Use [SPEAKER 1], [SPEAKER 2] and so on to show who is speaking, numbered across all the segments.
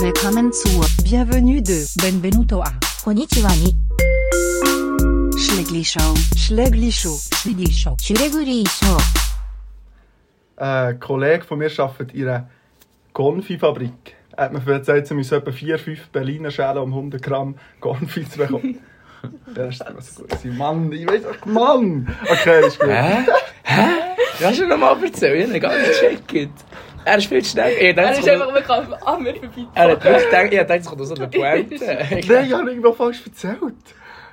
[SPEAKER 1] Willkommen zu
[SPEAKER 2] Bienvenue de Benvenuto a
[SPEAKER 3] Konnichiwa ni
[SPEAKER 1] Schlickly Show.
[SPEAKER 2] Schlägli Show. Schlägli Show.
[SPEAKER 3] Shureguri Show.
[SPEAKER 4] ein Äh, Kollege von mir arbeitet in einer Konfifabrik. Er hat mir erzählt, sie müssen etwa 4-5 Berliner Schälen um 100 Gramm Konfi zu bekommen. Das ist was Gutes. Mann, ich weiß auch, Mann! Okay, ist gut.
[SPEAKER 5] Hä? Hä? Kannst du nochmal erzählen? Ich habe ihn gar nicht gecheckt. Er ist viel zu schnell. Ich
[SPEAKER 6] Er
[SPEAKER 5] dachte,
[SPEAKER 6] ist einfach wirklich an mir vorbei.
[SPEAKER 5] er hat wirklich gedacht, ich dachte, es kommt aus einer Pointe.
[SPEAKER 4] Nein, ich habe irgendwo falsch erzählt.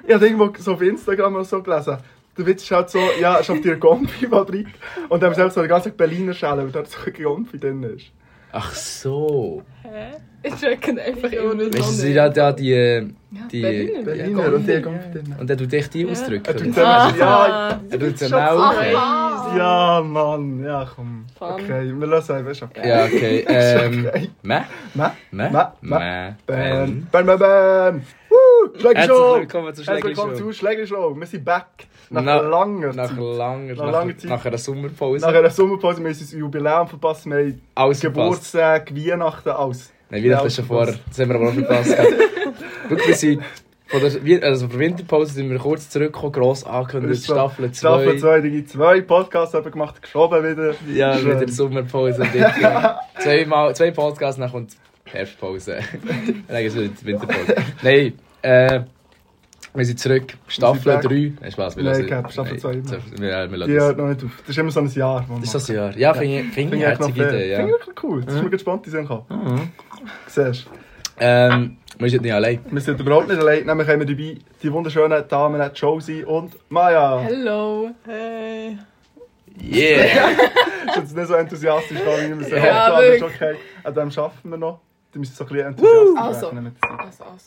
[SPEAKER 4] Ich habe irgendwo so auf Instagram oder so gelesen. Der Witz ist halt so, ja, er arbeitet in einer Konfifabrik und dann haben selbst so eine ganze Berliner Schäle, weil dort so eine Konfi drin ist.
[SPEAKER 5] Ach so.
[SPEAKER 6] Ich checke einfach immer nur
[SPEAKER 5] Weißt du,
[SPEAKER 6] so
[SPEAKER 5] sie hat Oh, ja die... eh, die
[SPEAKER 6] Berliner.
[SPEAKER 4] Berliner und die Konfi drin.
[SPEAKER 5] und er tut echt die ausdrücken.
[SPEAKER 4] Er tut
[SPEAKER 5] Er
[SPEAKER 4] zusammen, ja,
[SPEAKER 5] tut sie
[SPEAKER 4] Aha.
[SPEAKER 5] melden.
[SPEAKER 4] ja, Mann, ja, komm.
[SPEAKER 6] Fun.
[SPEAKER 4] Okay, wir lassen einfach schon.
[SPEAKER 5] Ja, okay. Ähm...
[SPEAKER 4] Okay.
[SPEAKER 5] Meh?
[SPEAKER 4] Mä, mä,
[SPEAKER 5] Meh?
[SPEAKER 4] mä.
[SPEAKER 5] Meh?
[SPEAKER 4] Bam,
[SPEAKER 5] Ähm.
[SPEAKER 4] bam, bam, bam. Woo, Schlägli
[SPEAKER 5] Herzlich
[SPEAKER 4] Show.
[SPEAKER 5] willkommen zu
[SPEAKER 4] Herzlich
[SPEAKER 5] Schlägli
[SPEAKER 4] willkommen
[SPEAKER 5] Show.
[SPEAKER 4] zu Schlägli Show. Wir sind back. Nach
[SPEAKER 5] Na-
[SPEAKER 4] langer
[SPEAKER 5] Nach
[SPEAKER 4] Zeit.
[SPEAKER 5] langer,
[SPEAKER 4] Nach
[SPEAKER 5] nach,
[SPEAKER 4] langer Zeit.
[SPEAKER 5] nach einer Sommerpause.
[SPEAKER 4] Nach einer Sommerpause, wir haben unser Jubiläum verpasst, wir haben
[SPEAKER 5] Alles verpasst.
[SPEAKER 4] Geburtstag, Weihnachten, alles.
[SPEAKER 5] Nein, Weihnachten ist schon vorher. Das haben wir aber auch verpasst. Guck, wir sind von der, wir- also von der Winterpause sind wir kurz zurückgekommen, gross angekündigt, Staffel 2.
[SPEAKER 4] Staffel 2, da gibt es zwei Podcasts haben wir gemacht, geschoben wieder.
[SPEAKER 5] Ja,
[SPEAKER 4] Schön.
[SPEAKER 5] mit der Sommerpause. und Winter- Zweimal, zwei Podcasts, dann kommt die Herbstpause. Nein, es wird die Winterpause. Nein, äh, wir sind zurück.
[SPEAKER 4] Wir
[SPEAKER 5] Staffel
[SPEAKER 4] sind
[SPEAKER 5] 3. Nein, Spaß, wir
[SPEAKER 4] Nein,
[SPEAKER 5] lassen-
[SPEAKER 4] Cap, Staffel
[SPEAKER 5] Nein,
[SPEAKER 4] zwei immer.
[SPEAKER 5] Staffel- Ja, wir lassen
[SPEAKER 4] Die
[SPEAKER 5] das.
[SPEAKER 4] hört noch nicht auf. Das ist immer so ein Jahr. wo man
[SPEAKER 5] Das ist das Jahr. Ja, finde ich, find ich
[SPEAKER 4] Finde
[SPEAKER 5] eine
[SPEAKER 4] ich echt noch
[SPEAKER 5] herzige
[SPEAKER 4] fair.
[SPEAKER 5] Idee. Ja. Mhm.
[SPEAKER 4] Finde ich echt cool. Das ist mir gespannt, die sind gekommen. Siehst du.
[SPEAKER 5] Ähm, wir sind nicht allein.
[SPEAKER 4] Wir sind überhaupt nicht allein, nämlich haben wir dabei die wunderschönen Damen Josie und Maya.
[SPEAKER 6] Hello. Hey.
[SPEAKER 5] Yeah!
[SPEAKER 4] Das ist jetzt nicht so enthusiastisch, da wie wir es
[SPEAKER 5] Ja,
[SPEAKER 4] erhofft haben, aber ist
[SPEAKER 6] wirklich.
[SPEAKER 4] okay. An dem schaffen wir noch. Da müssen wir so ein bisschen enthusiastisch
[SPEAKER 6] Also.
[SPEAKER 4] werden, damit es-
[SPEAKER 6] Also, also.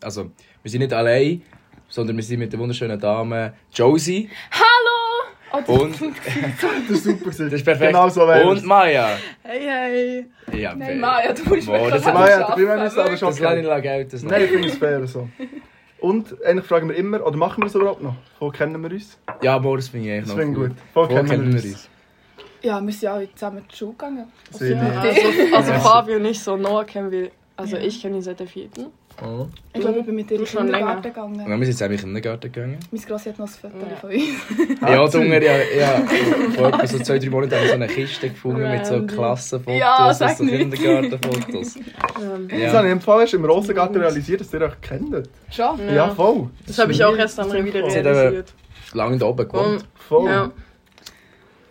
[SPEAKER 5] Also, wir sind nicht allein, sondern wir sind mit der wunderschönen Dame Josie.
[SPEAKER 6] Hallo! Oh, das
[SPEAKER 5] Und-
[SPEAKER 6] klingt-
[SPEAKER 4] Das ist super gewesen.
[SPEAKER 5] Das ist perfekt.
[SPEAKER 4] Genau so wäre
[SPEAKER 5] Und
[SPEAKER 4] es.
[SPEAKER 5] Maya.
[SPEAKER 6] Hey, hey.
[SPEAKER 5] Ja,
[SPEAKER 6] Nein, Maya, du musst
[SPEAKER 5] Boah,
[SPEAKER 6] wirklich
[SPEAKER 5] das
[SPEAKER 6] an
[SPEAKER 5] hat-
[SPEAKER 4] Maya,
[SPEAKER 6] mir
[SPEAKER 4] der Primär ist aber
[SPEAKER 6] arbeiten.
[SPEAKER 4] schon
[SPEAKER 5] Das lasse ich
[SPEAKER 4] okay.
[SPEAKER 5] nicht gelten.
[SPEAKER 4] Nein, ich finde es fair so. Und eigentlich fragen wir immer, oder machen wir es überhaupt noch? Wo kennen wir uns?
[SPEAKER 5] Ja, aber das finde ich eigentlich
[SPEAKER 4] Das
[SPEAKER 5] noch
[SPEAKER 4] finde ich
[SPEAKER 5] cool.
[SPEAKER 4] gut. Wo
[SPEAKER 5] Genau. Wo kennen wir uns?
[SPEAKER 6] Ja, wir sind alle zusammen zur Schule gegangen.
[SPEAKER 4] Sehe
[SPEAKER 6] Ja, also, also Fabio und ich so, Noah kennen wir, also ich kenne ihn seit der vierten.
[SPEAKER 5] Oh.
[SPEAKER 7] Ich glaube, ich bin mit ihr in
[SPEAKER 6] Mhm. Du
[SPEAKER 7] den
[SPEAKER 6] schon
[SPEAKER 7] Kindergarten gegangen.
[SPEAKER 5] Ja, wir sind zusammen in den Kindergarten gegangen.
[SPEAKER 7] Mein Grossi hat noch ein Foto
[SPEAKER 6] Ja.
[SPEAKER 7] von uns.
[SPEAKER 5] Ja, Dunger, ja, ja. Vor etwa so zwei, drei Monaten haben wir so eine Kiste gefunden mit so
[SPEAKER 6] Random.
[SPEAKER 5] Klassenfotos,
[SPEAKER 6] Ja,
[SPEAKER 5] so
[SPEAKER 6] sag nicht.
[SPEAKER 5] Kindergartenfotos.
[SPEAKER 6] Ähm,
[SPEAKER 4] Das habe
[SPEAKER 5] Ja.
[SPEAKER 4] ich im Fall erst im Rosengarten realisiert, dass ihr euch kennt.
[SPEAKER 6] Mhm.
[SPEAKER 7] Schon?
[SPEAKER 4] Ja, voll.
[SPEAKER 6] Das habe ich auch erst dann
[SPEAKER 4] Stimmt.
[SPEAKER 6] wieder
[SPEAKER 4] Sie
[SPEAKER 5] hat aber-
[SPEAKER 6] realisiert.
[SPEAKER 5] Lange da oben gewohnt.
[SPEAKER 4] Voll.
[SPEAKER 6] Ja.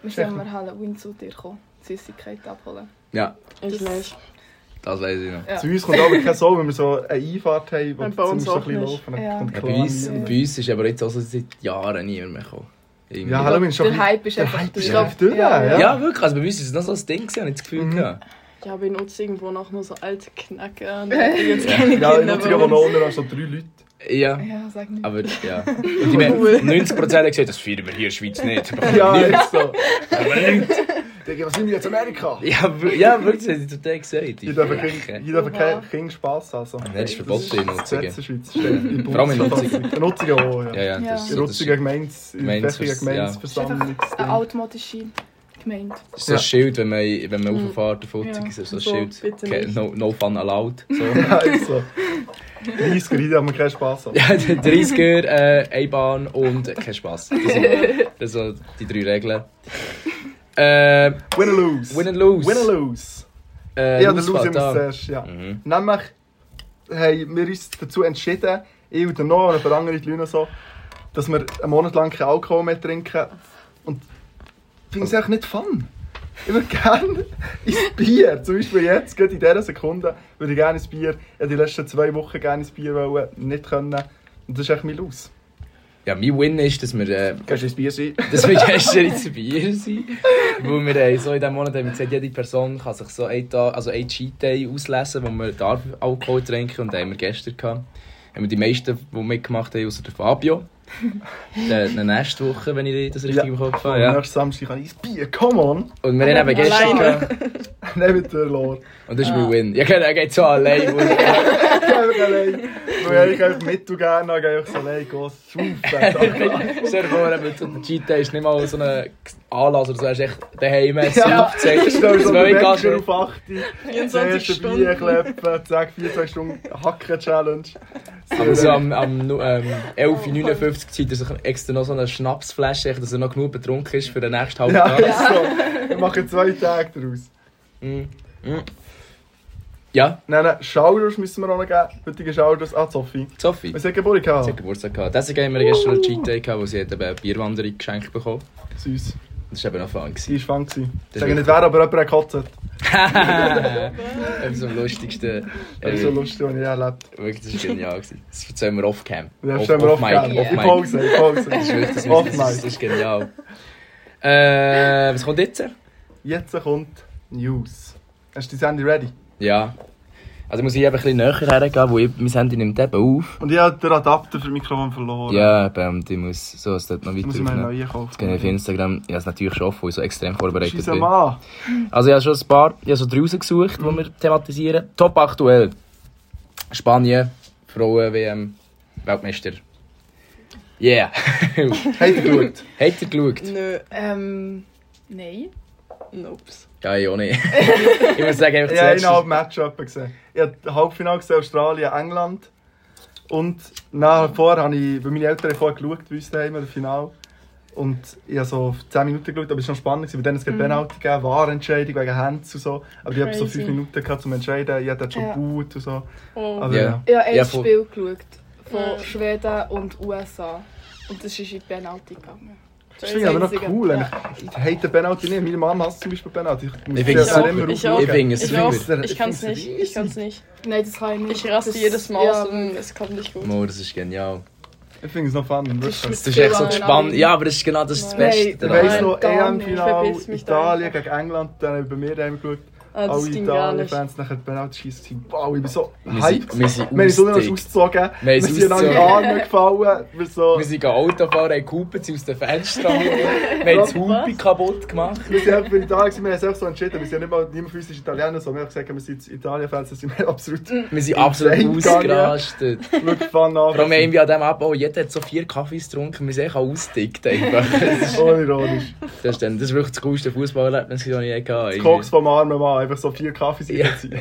[SPEAKER 7] Wir sind am Halloween zu dir gekommen. Süßigkeiten abholen.
[SPEAKER 5] Ja,
[SPEAKER 6] Ich nicht.
[SPEAKER 5] das weiß ich noch.
[SPEAKER 7] Ja.
[SPEAKER 4] Zu uns kommt aber kein Sohn, wenn wir so eine Einfahrt haben, wo
[SPEAKER 6] Ja,
[SPEAKER 4] wir
[SPEAKER 6] bei
[SPEAKER 4] so ein
[SPEAKER 6] uns auch
[SPEAKER 4] bisschen
[SPEAKER 6] nicht.
[SPEAKER 4] laufen. dann
[SPEAKER 7] Ja.
[SPEAKER 4] kommt
[SPEAKER 5] Ja, bei,
[SPEAKER 4] Clown.
[SPEAKER 5] uns, bei uns ist aber jetzt auch so seit Jahren niemand mehr gekommen. Irgendwie.
[SPEAKER 4] Ja, Halloween ist schon.
[SPEAKER 7] Der Hype ist
[SPEAKER 4] der
[SPEAKER 7] einfach
[SPEAKER 4] Hype ist
[SPEAKER 7] durch.
[SPEAKER 4] einfach durch, ja.
[SPEAKER 5] Ja. wirklich. Also bei uns ist es noch so ein Ding, gewesen, habe ich das Gefühl.
[SPEAKER 4] Mhm.
[SPEAKER 5] gehabt.
[SPEAKER 6] Ja, aber in Utz irgendwo noch nur so alte Knacker. Und jetzt keine
[SPEAKER 4] Ja, in
[SPEAKER 6] Kinder
[SPEAKER 4] Nottingham
[SPEAKER 6] bei uns.
[SPEAKER 4] wohnen noch so drei Leute.
[SPEAKER 5] Ja.
[SPEAKER 7] Ja, sag nicht.
[SPEAKER 5] Aber ja. Und ich meine, 90% haben gesagt, das feiern wir hier in der Schweiz nicht.
[SPEAKER 4] Ja, ist so. Digga, was sind wir jetzt Amerika?
[SPEAKER 5] Ja, wir- ja wirklich, das hätte ich total gesagt. Die
[SPEAKER 4] Hier dürfen
[SPEAKER 5] Frechen.
[SPEAKER 4] Kinder- hier dürfen keine Kinder Spass haben. so.
[SPEAKER 5] Nein, das ist verboten in
[SPEAKER 4] Das Gesetz
[SPEAKER 5] Nottingham.
[SPEAKER 4] der Schweiz steht in
[SPEAKER 5] Vor allem in Nottingham.
[SPEAKER 4] Bundesverfassung. Nottingham auch,
[SPEAKER 5] Ja,
[SPEAKER 4] ja.
[SPEAKER 5] ja, das, ist
[SPEAKER 4] In
[SPEAKER 5] so- das,
[SPEAKER 4] Nottingham Gemeins-
[SPEAKER 5] ist,
[SPEAKER 4] in
[SPEAKER 5] Gemeins-
[SPEAKER 4] fächigen
[SPEAKER 5] ja.
[SPEAKER 4] Gemeinsversammlung.
[SPEAKER 7] Eine altmodische Gemeinde.
[SPEAKER 5] das ist so ein
[SPEAKER 4] Ja.
[SPEAKER 5] Schild, wenn man, wenn man auf der Fahrt davon
[SPEAKER 7] Ja.
[SPEAKER 5] ist, so ein
[SPEAKER 6] So,
[SPEAKER 5] Schild.
[SPEAKER 6] bitte
[SPEAKER 5] Okay,
[SPEAKER 6] nicht.
[SPEAKER 5] no, no fun allowed. So.
[SPEAKER 4] Ja, ist so. 30 Leute haben wir keinen Spass. haben.
[SPEAKER 5] ja, 30er, äh, Einbahn und kein Spass. Das sind, das sind die drei Regeln. Äh,
[SPEAKER 4] Win or lose.
[SPEAKER 5] win and lose.
[SPEAKER 4] Win or lose.
[SPEAKER 5] Äh,
[SPEAKER 4] Ja, der
[SPEAKER 5] Lose war
[SPEAKER 4] Lose immer
[SPEAKER 5] da.
[SPEAKER 4] zuerst, ja.
[SPEAKER 5] Mhm.
[SPEAKER 4] Nämlich haben wir uns dazu entschieden, ich und der Noah und ein paar andere Leute noch so, dass wir einen Monat lang keinen Alkohol mehr trinken. Und ich finde es eigentlich nicht fun. Ich würde gerne ins Bier, zum Beispiel jetzt, gerade in dieser Sekunde, würde ich gerne ins Bier. Ich wollte die letzten zwei Wochen gerne ins Bier, wollen, nicht können. Und das ist echt mein Los.
[SPEAKER 5] Ja, mein Win ist, dass wir, äh,
[SPEAKER 4] Kannst du ins Bier sein?
[SPEAKER 5] dass wir gestern ins Bier sind. Weil wir äh, so in diesem Monat haben wir gesagt, jede Person kann sich so einen, Tag, also einen Cheat Day auslesen, wo man darf Alkohol trinken Und den haben wir gestern gehabt. Haben wir die meisten, die mitgemacht haben, außer der Fabio. Dann nächste Woche, wenn ich das richtig
[SPEAKER 4] Ah, Ja.
[SPEAKER 5] im Kopf habe.
[SPEAKER 4] Am
[SPEAKER 5] Ja.
[SPEAKER 4] nächsten Samstag kann ich ins Bier, come on!
[SPEAKER 5] Und wir haben eben gestern
[SPEAKER 6] Alleine.
[SPEAKER 5] gehabt.
[SPEAKER 4] Neben der Lore.
[SPEAKER 5] Und das ist mein Win. Ja, genau, er geht so allein. wo-
[SPEAKER 4] Ja, einfach allein. Weil ich einfach mit und gerne dann gehe ich so allein schaufen.
[SPEAKER 5] Stell dir vor, mit dem Cheat Day ist nicht mal so ein Anlass oder so, er ist echt daheim, es
[SPEAKER 4] Ja.
[SPEAKER 5] aufgezeigt,
[SPEAKER 4] Ich stelle so
[SPEAKER 5] zwei
[SPEAKER 4] den Wecker
[SPEAKER 5] Gassen.
[SPEAKER 4] auf 8 Uhr,
[SPEAKER 6] 24
[SPEAKER 4] zuerst ein Bier
[SPEAKER 6] Stunden.
[SPEAKER 4] kleppen, zack, 24 Stunden Hacken-Challenge.
[SPEAKER 5] Aber so am, am nu- ähm, 11.59 Uhr zieht er sich extra noch so eine Schnapsflasche, dass er noch genug betrunken ist für den nächsten halben
[SPEAKER 4] Ja,
[SPEAKER 5] Tag.
[SPEAKER 4] so. Wir machen zwei Tage daraus.
[SPEAKER 5] Mm. Mm. Ja,
[SPEAKER 4] Nein, nein, Shoutouts müssen wir auch noch geben. Heutige Shoutouts an Sophie.
[SPEAKER 5] Sophie.
[SPEAKER 4] Was hat Geburtstag
[SPEAKER 5] Sie hat
[SPEAKER 4] gehabt?
[SPEAKER 5] Geburtstag gehabt. Deswegen haben wir gestern einen Cheat Day gehabt, wo sie hat eben eine Bierwanderung geschenkt bekommen.
[SPEAKER 4] Süß.
[SPEAKER 5] Das war eben noch fun.
[SPEAKER 4] Sie war fang. gewesen. Ich
[SPEAKER 5] Das
[SPEAKER 4] sage
[SPEAKER 5] ist
[SPEAKER 4] nicht wer, aber jemand hat gekotzt.
[SPEAKER 5] Etwas am lustigsten.
[SPEAKER 4] Das ist so lustig, was ich erlebt
[SPEAKER 5] Wirklich, das war genial. gewesen. Das erzählen wir off-cam.
[SPEAKER 4] habe. stellen wir auf,
[SPEAKER 5] mic,
[SPEAKER 4] Gell?
[SPEAKER 5] off
[SPEAKER 4] In
[SPEAKER 5] mic.
[SPEAKER 4] Pause, in
[SPEAKER 5] Das ist
[SPEAKER 4] Pause.
[SPEAKER 5] wirklich, das,
[SPEAKER 4] Off
[SPEAKER 5] müssen- das,
[SPEAKER 4] mic.
[SPEAKER 5] ist- das ist genial. Äh, was kommt jetzt?
[SPEAKER 4] Jetzt kommt News. Hast du dein Handy ready?
[SPEAKER 5] Ja. Also muss ich eben ein bisschen näher hergehen, weil ich, mein Handy nimmt eben auf.
[SPEAKER 4] Und ich habe den Adapter für das Mikrofon verloren.
[SPEAKER 5] Ja, eben, und ich muss so, es dort noch
[SPEAKER 4] Ich
[SPEAKER 5] weiter
[SPEAKER 4] muss mir einen
[SPEAKER 5] aufnehmen.
[SPEAKER 4] neuen
[SPEAKER 5] Jetzt gehe ich auf
[SPEAKER 4] kaufen.
[SPEAKER 5] Instagram. Ich habe es natürlich schon offen, weil ich so extrem vorbereitet
[SPEAKER 4] Scheiße
[SPEAKER 5] bin.
[SPEAKER 4] Mann. Mhm.
[SPEAKER 5] Also ich habe schon ein paar, ich habe so drei rausgesucht, die wir thematisieren. Top aktuell. Spanien, Frauen-WM, Weltmeister. Yeah.
[SPEAKER 4] Hey, du gut.
[SPEAKER 5] Habt ihr geschaut?
[SPEAKER 6] Nö,
[SPEAKER 7] Ähm, nein.
[SPEAKER 6] nope.
[SPEAKER 5] Ja, ich auch nicht. ich muss sagen, einfach
[SPEAKER 4] Ich habe
[SPEAKER 5] zuletzt...
[SPEAKER 4] innerhalb Match etwa gesehen. Ich habe das Halbfinale gesehen, Australien, England. Und nachher vorher habe ich, weil meine Eltern haben vorher geschaut, bei uns daheim, das Finale. Und ich habe so 10 Minuten geschaut, aber es war noch spannend. gewesen, Bei denen es mhm. Penalty gegeben, Wahrentscheidung wegen Hands und so. Aber ich habe so
[SPEAKER 6] Crazy.
[SPEAKER 4] 5 Minuten gehabt, um zu entscheiden. Ich hatte schon
[SPEAKER 7] Ja.
[SPEAKER 4] gut und so. Also,
[SPEAKER 6] Oh.
[SPEAKER 4] Aber
[SPEAKER 5] Ja.
[SPEAKER 4] ja.
[SPEAKER 7] Ich habe ein
[SPEAKER 5] Ja, voll.
[SPEAKER 7] Spiel geschaut. Von
[SPEAKER 6] Ja.
[SPEAKER 7] Schweden und USA. Und das ist in die Penalty gegangen.
[SPEAKER 4] Das finde ich aber noch
[SPEAKER 7] Einzige.
[SPEAKER 4] cool.
[SPEAKER 7] Ja.
[SPEAKER 4] eigentlich. Ich hate den Penalty nicht. Meine Mama hasst zum Beispiel Penalty. muss
[SPEAKER 5] Ich finde es
[SPEAKER 4] sie
[SPEAKER 5] super.
[SPEAKER 4] immer
[SPEAKER 5] Ich
[SPEAKER 6] auch.
[SPEAKER 4] aufschauen.
[SPEAKER 5] finde es
[SPEAKER 6] Ich auch.
[SPEAKER 5] super.
[SPEAKER 6] Ich kann's nicht. Ich kann's nicht.
[SPEAKER 7] Nein, das kann ich nicht.
[SPEAKER 6] Ich raste
[SPEAKER 7] Das-
[SPEAKER 6] jedes Mal
[SPEAKER 7] ja.
[SPEAKER 6] so und es kommt nicht gut.
[SPEAKER 5] Mo, das ist genial.
[SPEAKER 4] Ich finde es noch fun. wirklich.
[SPEAKER 5] Das ist echt so
[SPEAKER 6] Nein.
[SPEAKER 5] spannend. Ja, aber das ist genau das, ist das
[SPEAKER 7] Nein.
[SPEAKER 5] Beste.
[SPEAKER 4] Ich
[SPEAKER 5] daran.
[SPEAKER 4] weiss noch,
[SPEAKER 7] gar nicht.
[SPEAKER 4] EM-Final
[SPEAKER 6] Verpiss mich da
[SPEAKER 4] Italien gegen England, dann haben wir bei mir daheim geschaut.
[SPEAKER 6] Ah, das
[SPEAKER 4] Alle
[SPEAKER 6] ging gar nicht.
[SPEAKER 4] Italien-Fans nachher die Penalty schießen. Wow, ich bin so
[SPEAKER 5] Wir
[SPEAKER 4] hyped.
[SPEAKER 5] sind, wir sind
[SPEAKER 4] Wir haben so noch
[SPEAKER 5] ausgetickt.
[SPEAKER 4] ausgezogen. Wir
[SPEAKER 5] sind
[SPEAKER 4] sind einander
[SPEAKER 5] ausgezogen.
[SPEAKER 4] gar nicht gefallen. Wir so,
[SPEAKER 5] Wir sind Autofahren, haben gehupt, sind aus den Fenstern. Wir haben das Hupi kaputt gemacht.
[SPEAKER 4] wir sind einfach für Italien gewesen. Wir haben selbst so entschieden. Wir sind nicht mal, niemand von uns ist Italiener, sondern wir haben gesagt, wir sind jetzt Italien-Fans, das sind wir absolut
[SPEAKER 5] Wir sind absolut
[SPEAKER 4] Seitengang, ja.
[SPEAKER 5] ausgerastet.
[SPEAKER 4] wirklich Fun
[SPEAKER 5] Vor allem
[SPEAKER 4] an.
[SPEAKER 5] haben wir an diesem Abbau, jeder hat so vier Kaffees getrunken, wir sind auch ausgedickt einfach.
[SPEAKER 4] Unironisch.
[SPEAKER 5] Das ist, dann, das ist wirklich das coolste Fußballerlebnis, das ich je hatte.
[SPEAKER 4] Koks vom armen Mann, einfach so vier Kaffees
[SPEAKER 5] Ja.
[SPEAKER 4] reinziehen.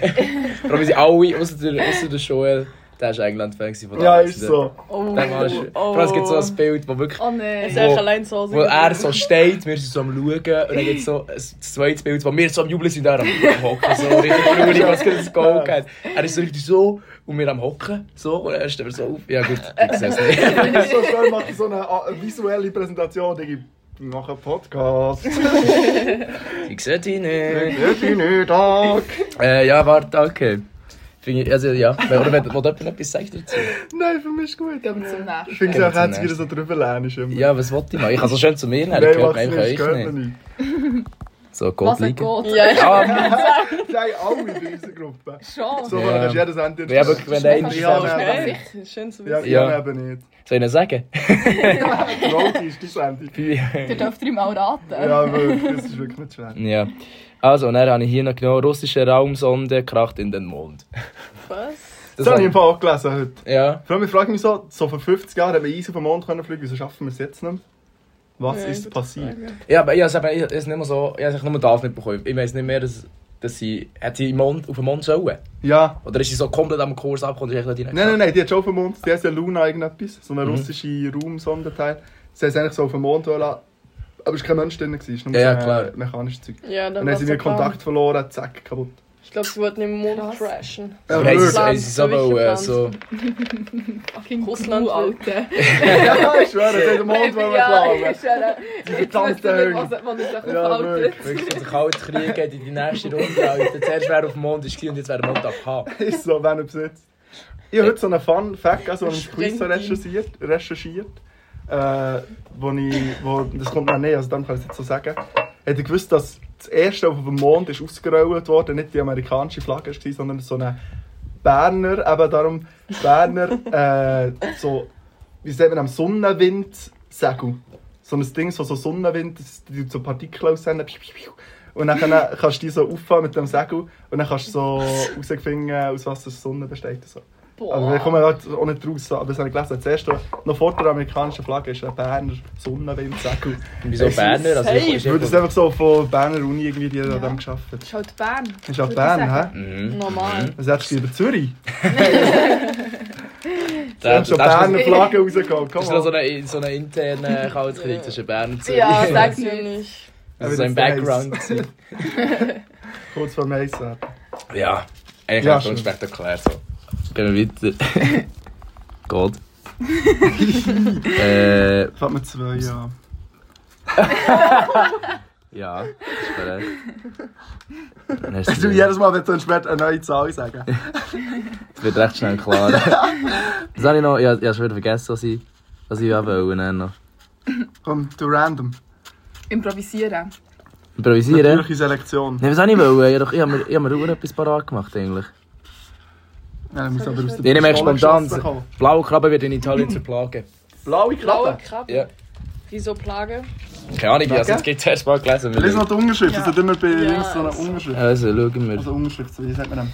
[SPEAKER 5] Vor allem wir sind alle, ausser der, ausser der Joel, der ist England-Fan. gewesen, von
[SPEAKER 4] Ja,
[SPEAKER 5] damals.
[SPEAKER 4] ist so.
[SPEAKER 6] Oh.
[SPEAKER 5] Der Mann ist, Vor allem es gibt so ein Bild, wo wirklich...
[SPEAKER 7] Oh
[SPEAKER 6] Er
[SPEAKER 7] nein.
[SPEAKER 6] ist
[SPEAKER 5] Wo-
[SPEAKER 6] einfach allein zu Hause.
[SPEAKER 5] Wo er
[SPEAKER 6] geblieben.
[SPEAKER 5] so steht, wir sind so am Schauen und dann gibt es so ein zweites Bild, wo wir so am Jubeln sind, er am Hocken, so richtig traurig, was gerade das Goal gegeben hat. Er ist so richtig so und wir am Hocken, so, und er steht so auf. Ja gut, ich sehe es nicht.
[SPEAKER 4] Das ist so schön, macht so eine ah, visuelle Präsentation. Ich mache einen Podcast.
[SPEAKER 5] Ich sehe dich nicht.
[SPEAKER 4] Ich bin nicht da.
[SPEAKER 5] Äh, ja, warte, okay. Finde ich, also ja, oder wenn will jemand etwas sagt dazu.
[SPEAKER 4] Nein, für mich ist gut.
[SPEAKER 7] Gehen wir zum nächsten.
[SPEAKER 4] Ich finde es auch
[SPEAKER 5] Ja,
[SPEAKER 4] herzig, wie du so drüber lernst. immer.
[SPEAKER 5] Ja, was wollte ich noch? Ich kann so schön zu mir nehmen,
[SPEAKER 4] Nein,
[SPEAKER 5] gehört
[SPEAKER 4] mach's
[SPEAKER 5] mir
[SPEAKER 4] nicht,
[SPEAKER 5] eigentlich
[SPEAKER 4] es
[SPEAKER 5] auch
[SPEAKER 4] gehört
[SPEAKER 5] nicht.
[SPEAKER 4] mir nicht.
[SPEAKER 5] So, Gott
[SPEAKER 7] Was ein
[SPEAKER 5] liegen.
[SPEAKER 7] Gott.
[SPEAKER 6] Ja, ja.
[SPEAKER 5] Ah,
[SPEAKER 4] Nein, alle in unserer Gruppe.
[SPEAKER 7] Schon.
[SPEAKER 4] So,
[SPEAKER 5] Ja.
[SPEAKER 4] dann kannst du jedes Handy
[SPEAKER 5] Ja, wirklich, wenn einer
[SPEAKER 4] Ich habe
[SPEAKER 5] schafft.
[SPEAKER 4] eben-
[SPEAKER 6] Geil. Schön zu
[SPEAKER 4] Ja,
[SPEAKER 6] wissen.
[SPEAKER 4] ich
[SPEAKER 5] Ja.
[SPEAKER 4] habe eben nicht.
[SPEAKER 5] soll ich noch sagen?
[SPEAKER 4] Rogi ist dein Handy.
[SPEAKER 7] Ihr dürft ihm mal raten.
[SPEAKER 4] Ja, wirklich, das ist wirklich nicht schwer.
[SPEAKER 5] ja. Also, und dann habe ich hier noch genommen, russische Raumsonde kracht in den Mond.
[SPEAKER 6] Was?
[SPEAKER 4] Das habe ich im
[SPEAKER 5] hab-
[SPEAKER 4] Fall auch gelesen heute.
[SPEAKER 5] Ja.
[SPEAKER 4] Vor allem, ich frage mich so, so vor 50 Jahren haben wir easy auf den Mond können fliegen, wieso schaffen wir es jetzt nicht mehr? Was
[SPEAKER 6] Ja,
[SPEAKER 4] ist
[SPEAKER 6] gute
[SPEAKER 4] passiert?
[SPEAKER 5] Ja, aber ich habe es nicht mehr so, ich habe es nur das mitbekommen. Ich weiß nicht mehr, dass, dass sie, hat sie im Mond, auf den Mond sollen?
[SPEAKER 4] Ja.
[SPEAKER 5] Oder ist sie so komplett am Kurs abgekommen? und ist echt nicht
[SPEAKER 4] Nein, nein, nein, die hat schon auf dem Mond, die heißt ja Luna irgendetwas, so eine
[SPEAKER 5] Mhm.
[SPEAKER 4] russische Raumsonderteil. Sie haben eigentlich so auf dem Mond wollen, aber es war kein Mensch drin, es war nur äh,
[SPEAKER 5] Ja, ja,
[SPEAKER 4] so
[SPEAKER 5] klar.
[SPEAKER 4] ein mechanisches Zeug.
[SPEAKER 6] Ja,
[SPEAKER 7] Äh,
[SPEAKER 6] dann
[SPEAKER 4] Dann haben
[SPEAKER 6] war's
[SPEAKER 4] sie mir
[SPEAKER 6] der Plan.
[SPEAKER 4] Kontakt verloren, zack, kaputt.
[SPEAKER 6] Ich glaube, sie wollten den Mond
[SPEAKER 7] Krass.
[SPEAKER 6] crashen.
[SPEAKER 5] Aber
[SPEAKER 4] Ja,
[SPEAKER 5] haben sie-
[SPEAKER 4] wirklich.
[SPEAKER 5] haben sie es
[SPEAKER 6] Plan,
[SPEAKER 5] aber äh,
[SPEAKER 6] Plan.
[SPEAKER 5] so...
[SPEAKER 7] Fucking
[SPEAKER 6] Russland,
[SPEAKER 7] Russland, Alter.
[SPEAKER 4] Ja, ich schwöre, sie hat den Mond wollen
[SPEAKER 7] Ja,
[SPEAKER 4] klauen.
[SPEAKER 7] ist ja...
[SPEAKER 4] Die
[SPEAKER 7] Ich weiß
[SPEAKER 4] verdammten
[SPEAKER 7] nicht,
[SPEAKER 4] Hölle.
[SPEAKER 7] was man sich
[SPEAKER 4] Ja,
[SPEAKER 7] aufhaltet.
[SPEAKER 4] wirklich.
[SPEAKER 5] Wirklich, wenn der kalte Krieg geht in die nächste Runde, Alter. Zuerst wäre auf dem Mond dus ist und jetzt wäre der Mond abgehauen.
[SPEAKER 4] Ist so, wenn er besitzt. Ich habe heute so einen Fun Fact, also einen Quiz
[SPEAKER 6] Springt
[SPEAKER 4] so
[SPEAKER 6] ihn.
[SPEAKER 4] recherchiert, recherchiert äh, wo ich, wo, das kommt noch näher, also dann kann ich es jetzt so sagen. Hätte ich gewusst, dass das erste, was auf dem Mond ist ausgerollt wurde, nicht die amerikanische Flagge war, sondern so eine Berner, eben darum Berner, äh, so, wie sagt man, am Sonnenwind-Segel. So ein Ding, so, so Sonnenwind, das die so Partikel aussenden. piu, piu, piu. Und dann kannst du die so auffahren mit dem Segel und dann kannst du so herausfinden, aus was das Sonne besteht. und So. Aber wir kommen halt auch nicht raus. Aber das habe ich gelesen. Zuerst noch vor der amerikanischen Flagge ist ein Berner Sonnenwindsäckel.
[SPEAKER 5] Wieso
[SPEAKER 4] Ich-
[SPEAKER 5] Berner? Also,
[SPEAKER 7] Safe.
[SPEAKER 5] ich
[SPEAKER 4] Ich würde es einfach so von Berner Uni irgendwie die
[SPEAKER 7] Ja.
[SPEAKER 4] an dem geschafft.
[SPEAKER 7] Ist halt Bern.
[SPEAKER 4] Ist auch
[SPEAKER 7] würde ich
[SPEAKER 4] Bern,
[SPEAKER 7] sagen.
[SPEAKER 4] hä?
[SPEAKER 5] Mhm.
[SPEAKER 7] Normal.
[SPEAKER 4] Was hättest du lieber Zürich? Da
[SPEAKER 5] Da-
[SPEAKER 4] haben schon
[SPEAKER 5] da ist-
[SPEAKER 4] Berner Flagge rausgekommen.
[SPEAKER 5] Das
[SPEAKER 4] Komm
[SPEAKER 5] ist noch so
[SPEAKER 4] on.
[SPEAKER 5] eine, so eine interne Kaltkrieg zwischen Bern und Zürich.
[SPEAKER 6] Ja,
[SPEAKER 5] das
[SPEAKER 6] sag's mir nicht.
[SPEAKER 5] ist so im Background. gewesen.
[SPEAKER 4] Kurz vor Meissen.
[SPEAKER 5] ja, eigentlich
[SPEAKER 4] Ja,
[SPEAKER 5] ja, schon
[SPEAKER 4] schön.
[SPEAKER 5] spektakulär. So. Gehen wir weiter. eh, Gold. äh,
[SPEAKER 4] Fällt mir zwei Jahre.
[SPEAKER 5] ja, ist korrekt.
[SPEAKER 4] Ich tu Also, jedes Mal, wenn du später eine neue Zahl sagen.
[SPEAKER 5] Das wird recht schnell klar. Das habe ich noch, ich, habe- ich habe schon wieder vergessen, was ich, was ich auch wollte. dann noch.
[SPEAKER 4] Komm, du random.
[SPEAKER 1] Improvisieren.
[SPEAKER 5] Improvisieren.
[SPEAKER 4] Natürliche Selektion.
[SPEAKER 5] Nein, was auch nicht wollen. Ich habe, doch- ich habe mir, ich habe mir auch etwas parat gemacht eigentlich.
[SPEAKER 4] Ja, dann muss aber aus der
[SPEAKER 5] Ich nehme echt
[SPEAKER 4] Pistole
[SPEAKER 5] spontan.
[SPEAKER 4] geschossen kommen.
[SPEAKER 5] Blaue Krabbe wird in Italien zur Plage.
[SPEAKER 4] Blaue
[SPEAKER 6] Blaue
[SPEAKER 4] Klappe.
[SPEAKER 6] Krabbe.
[SPEAKER 5] Ja.
[SPEAKER 6] Wieso Plage?
[SPEAKER 5] Keine Ahnung, ich habe es
[SPEAKER 4] Danke.
[SPEAKER 5] jetzt gerade zuerst mal gelesen. weil
[SPEAKER 4] Lies noch die Unterschrift.
[SPEAKER 1] Ja.
[SPEAKER 4] Es hat immer bei
[SPEAKER 6] Ja,
[SPEAKER 4] links so eine
[SPEAKER 6] also.
[SPEAKER 5] ich-
[SPEAKER 4] Unterschrift.
[SPEAKER 5] Also, schauen wir.
[SPEAKER 4] Also Unterschrift, so wie sagt man dem?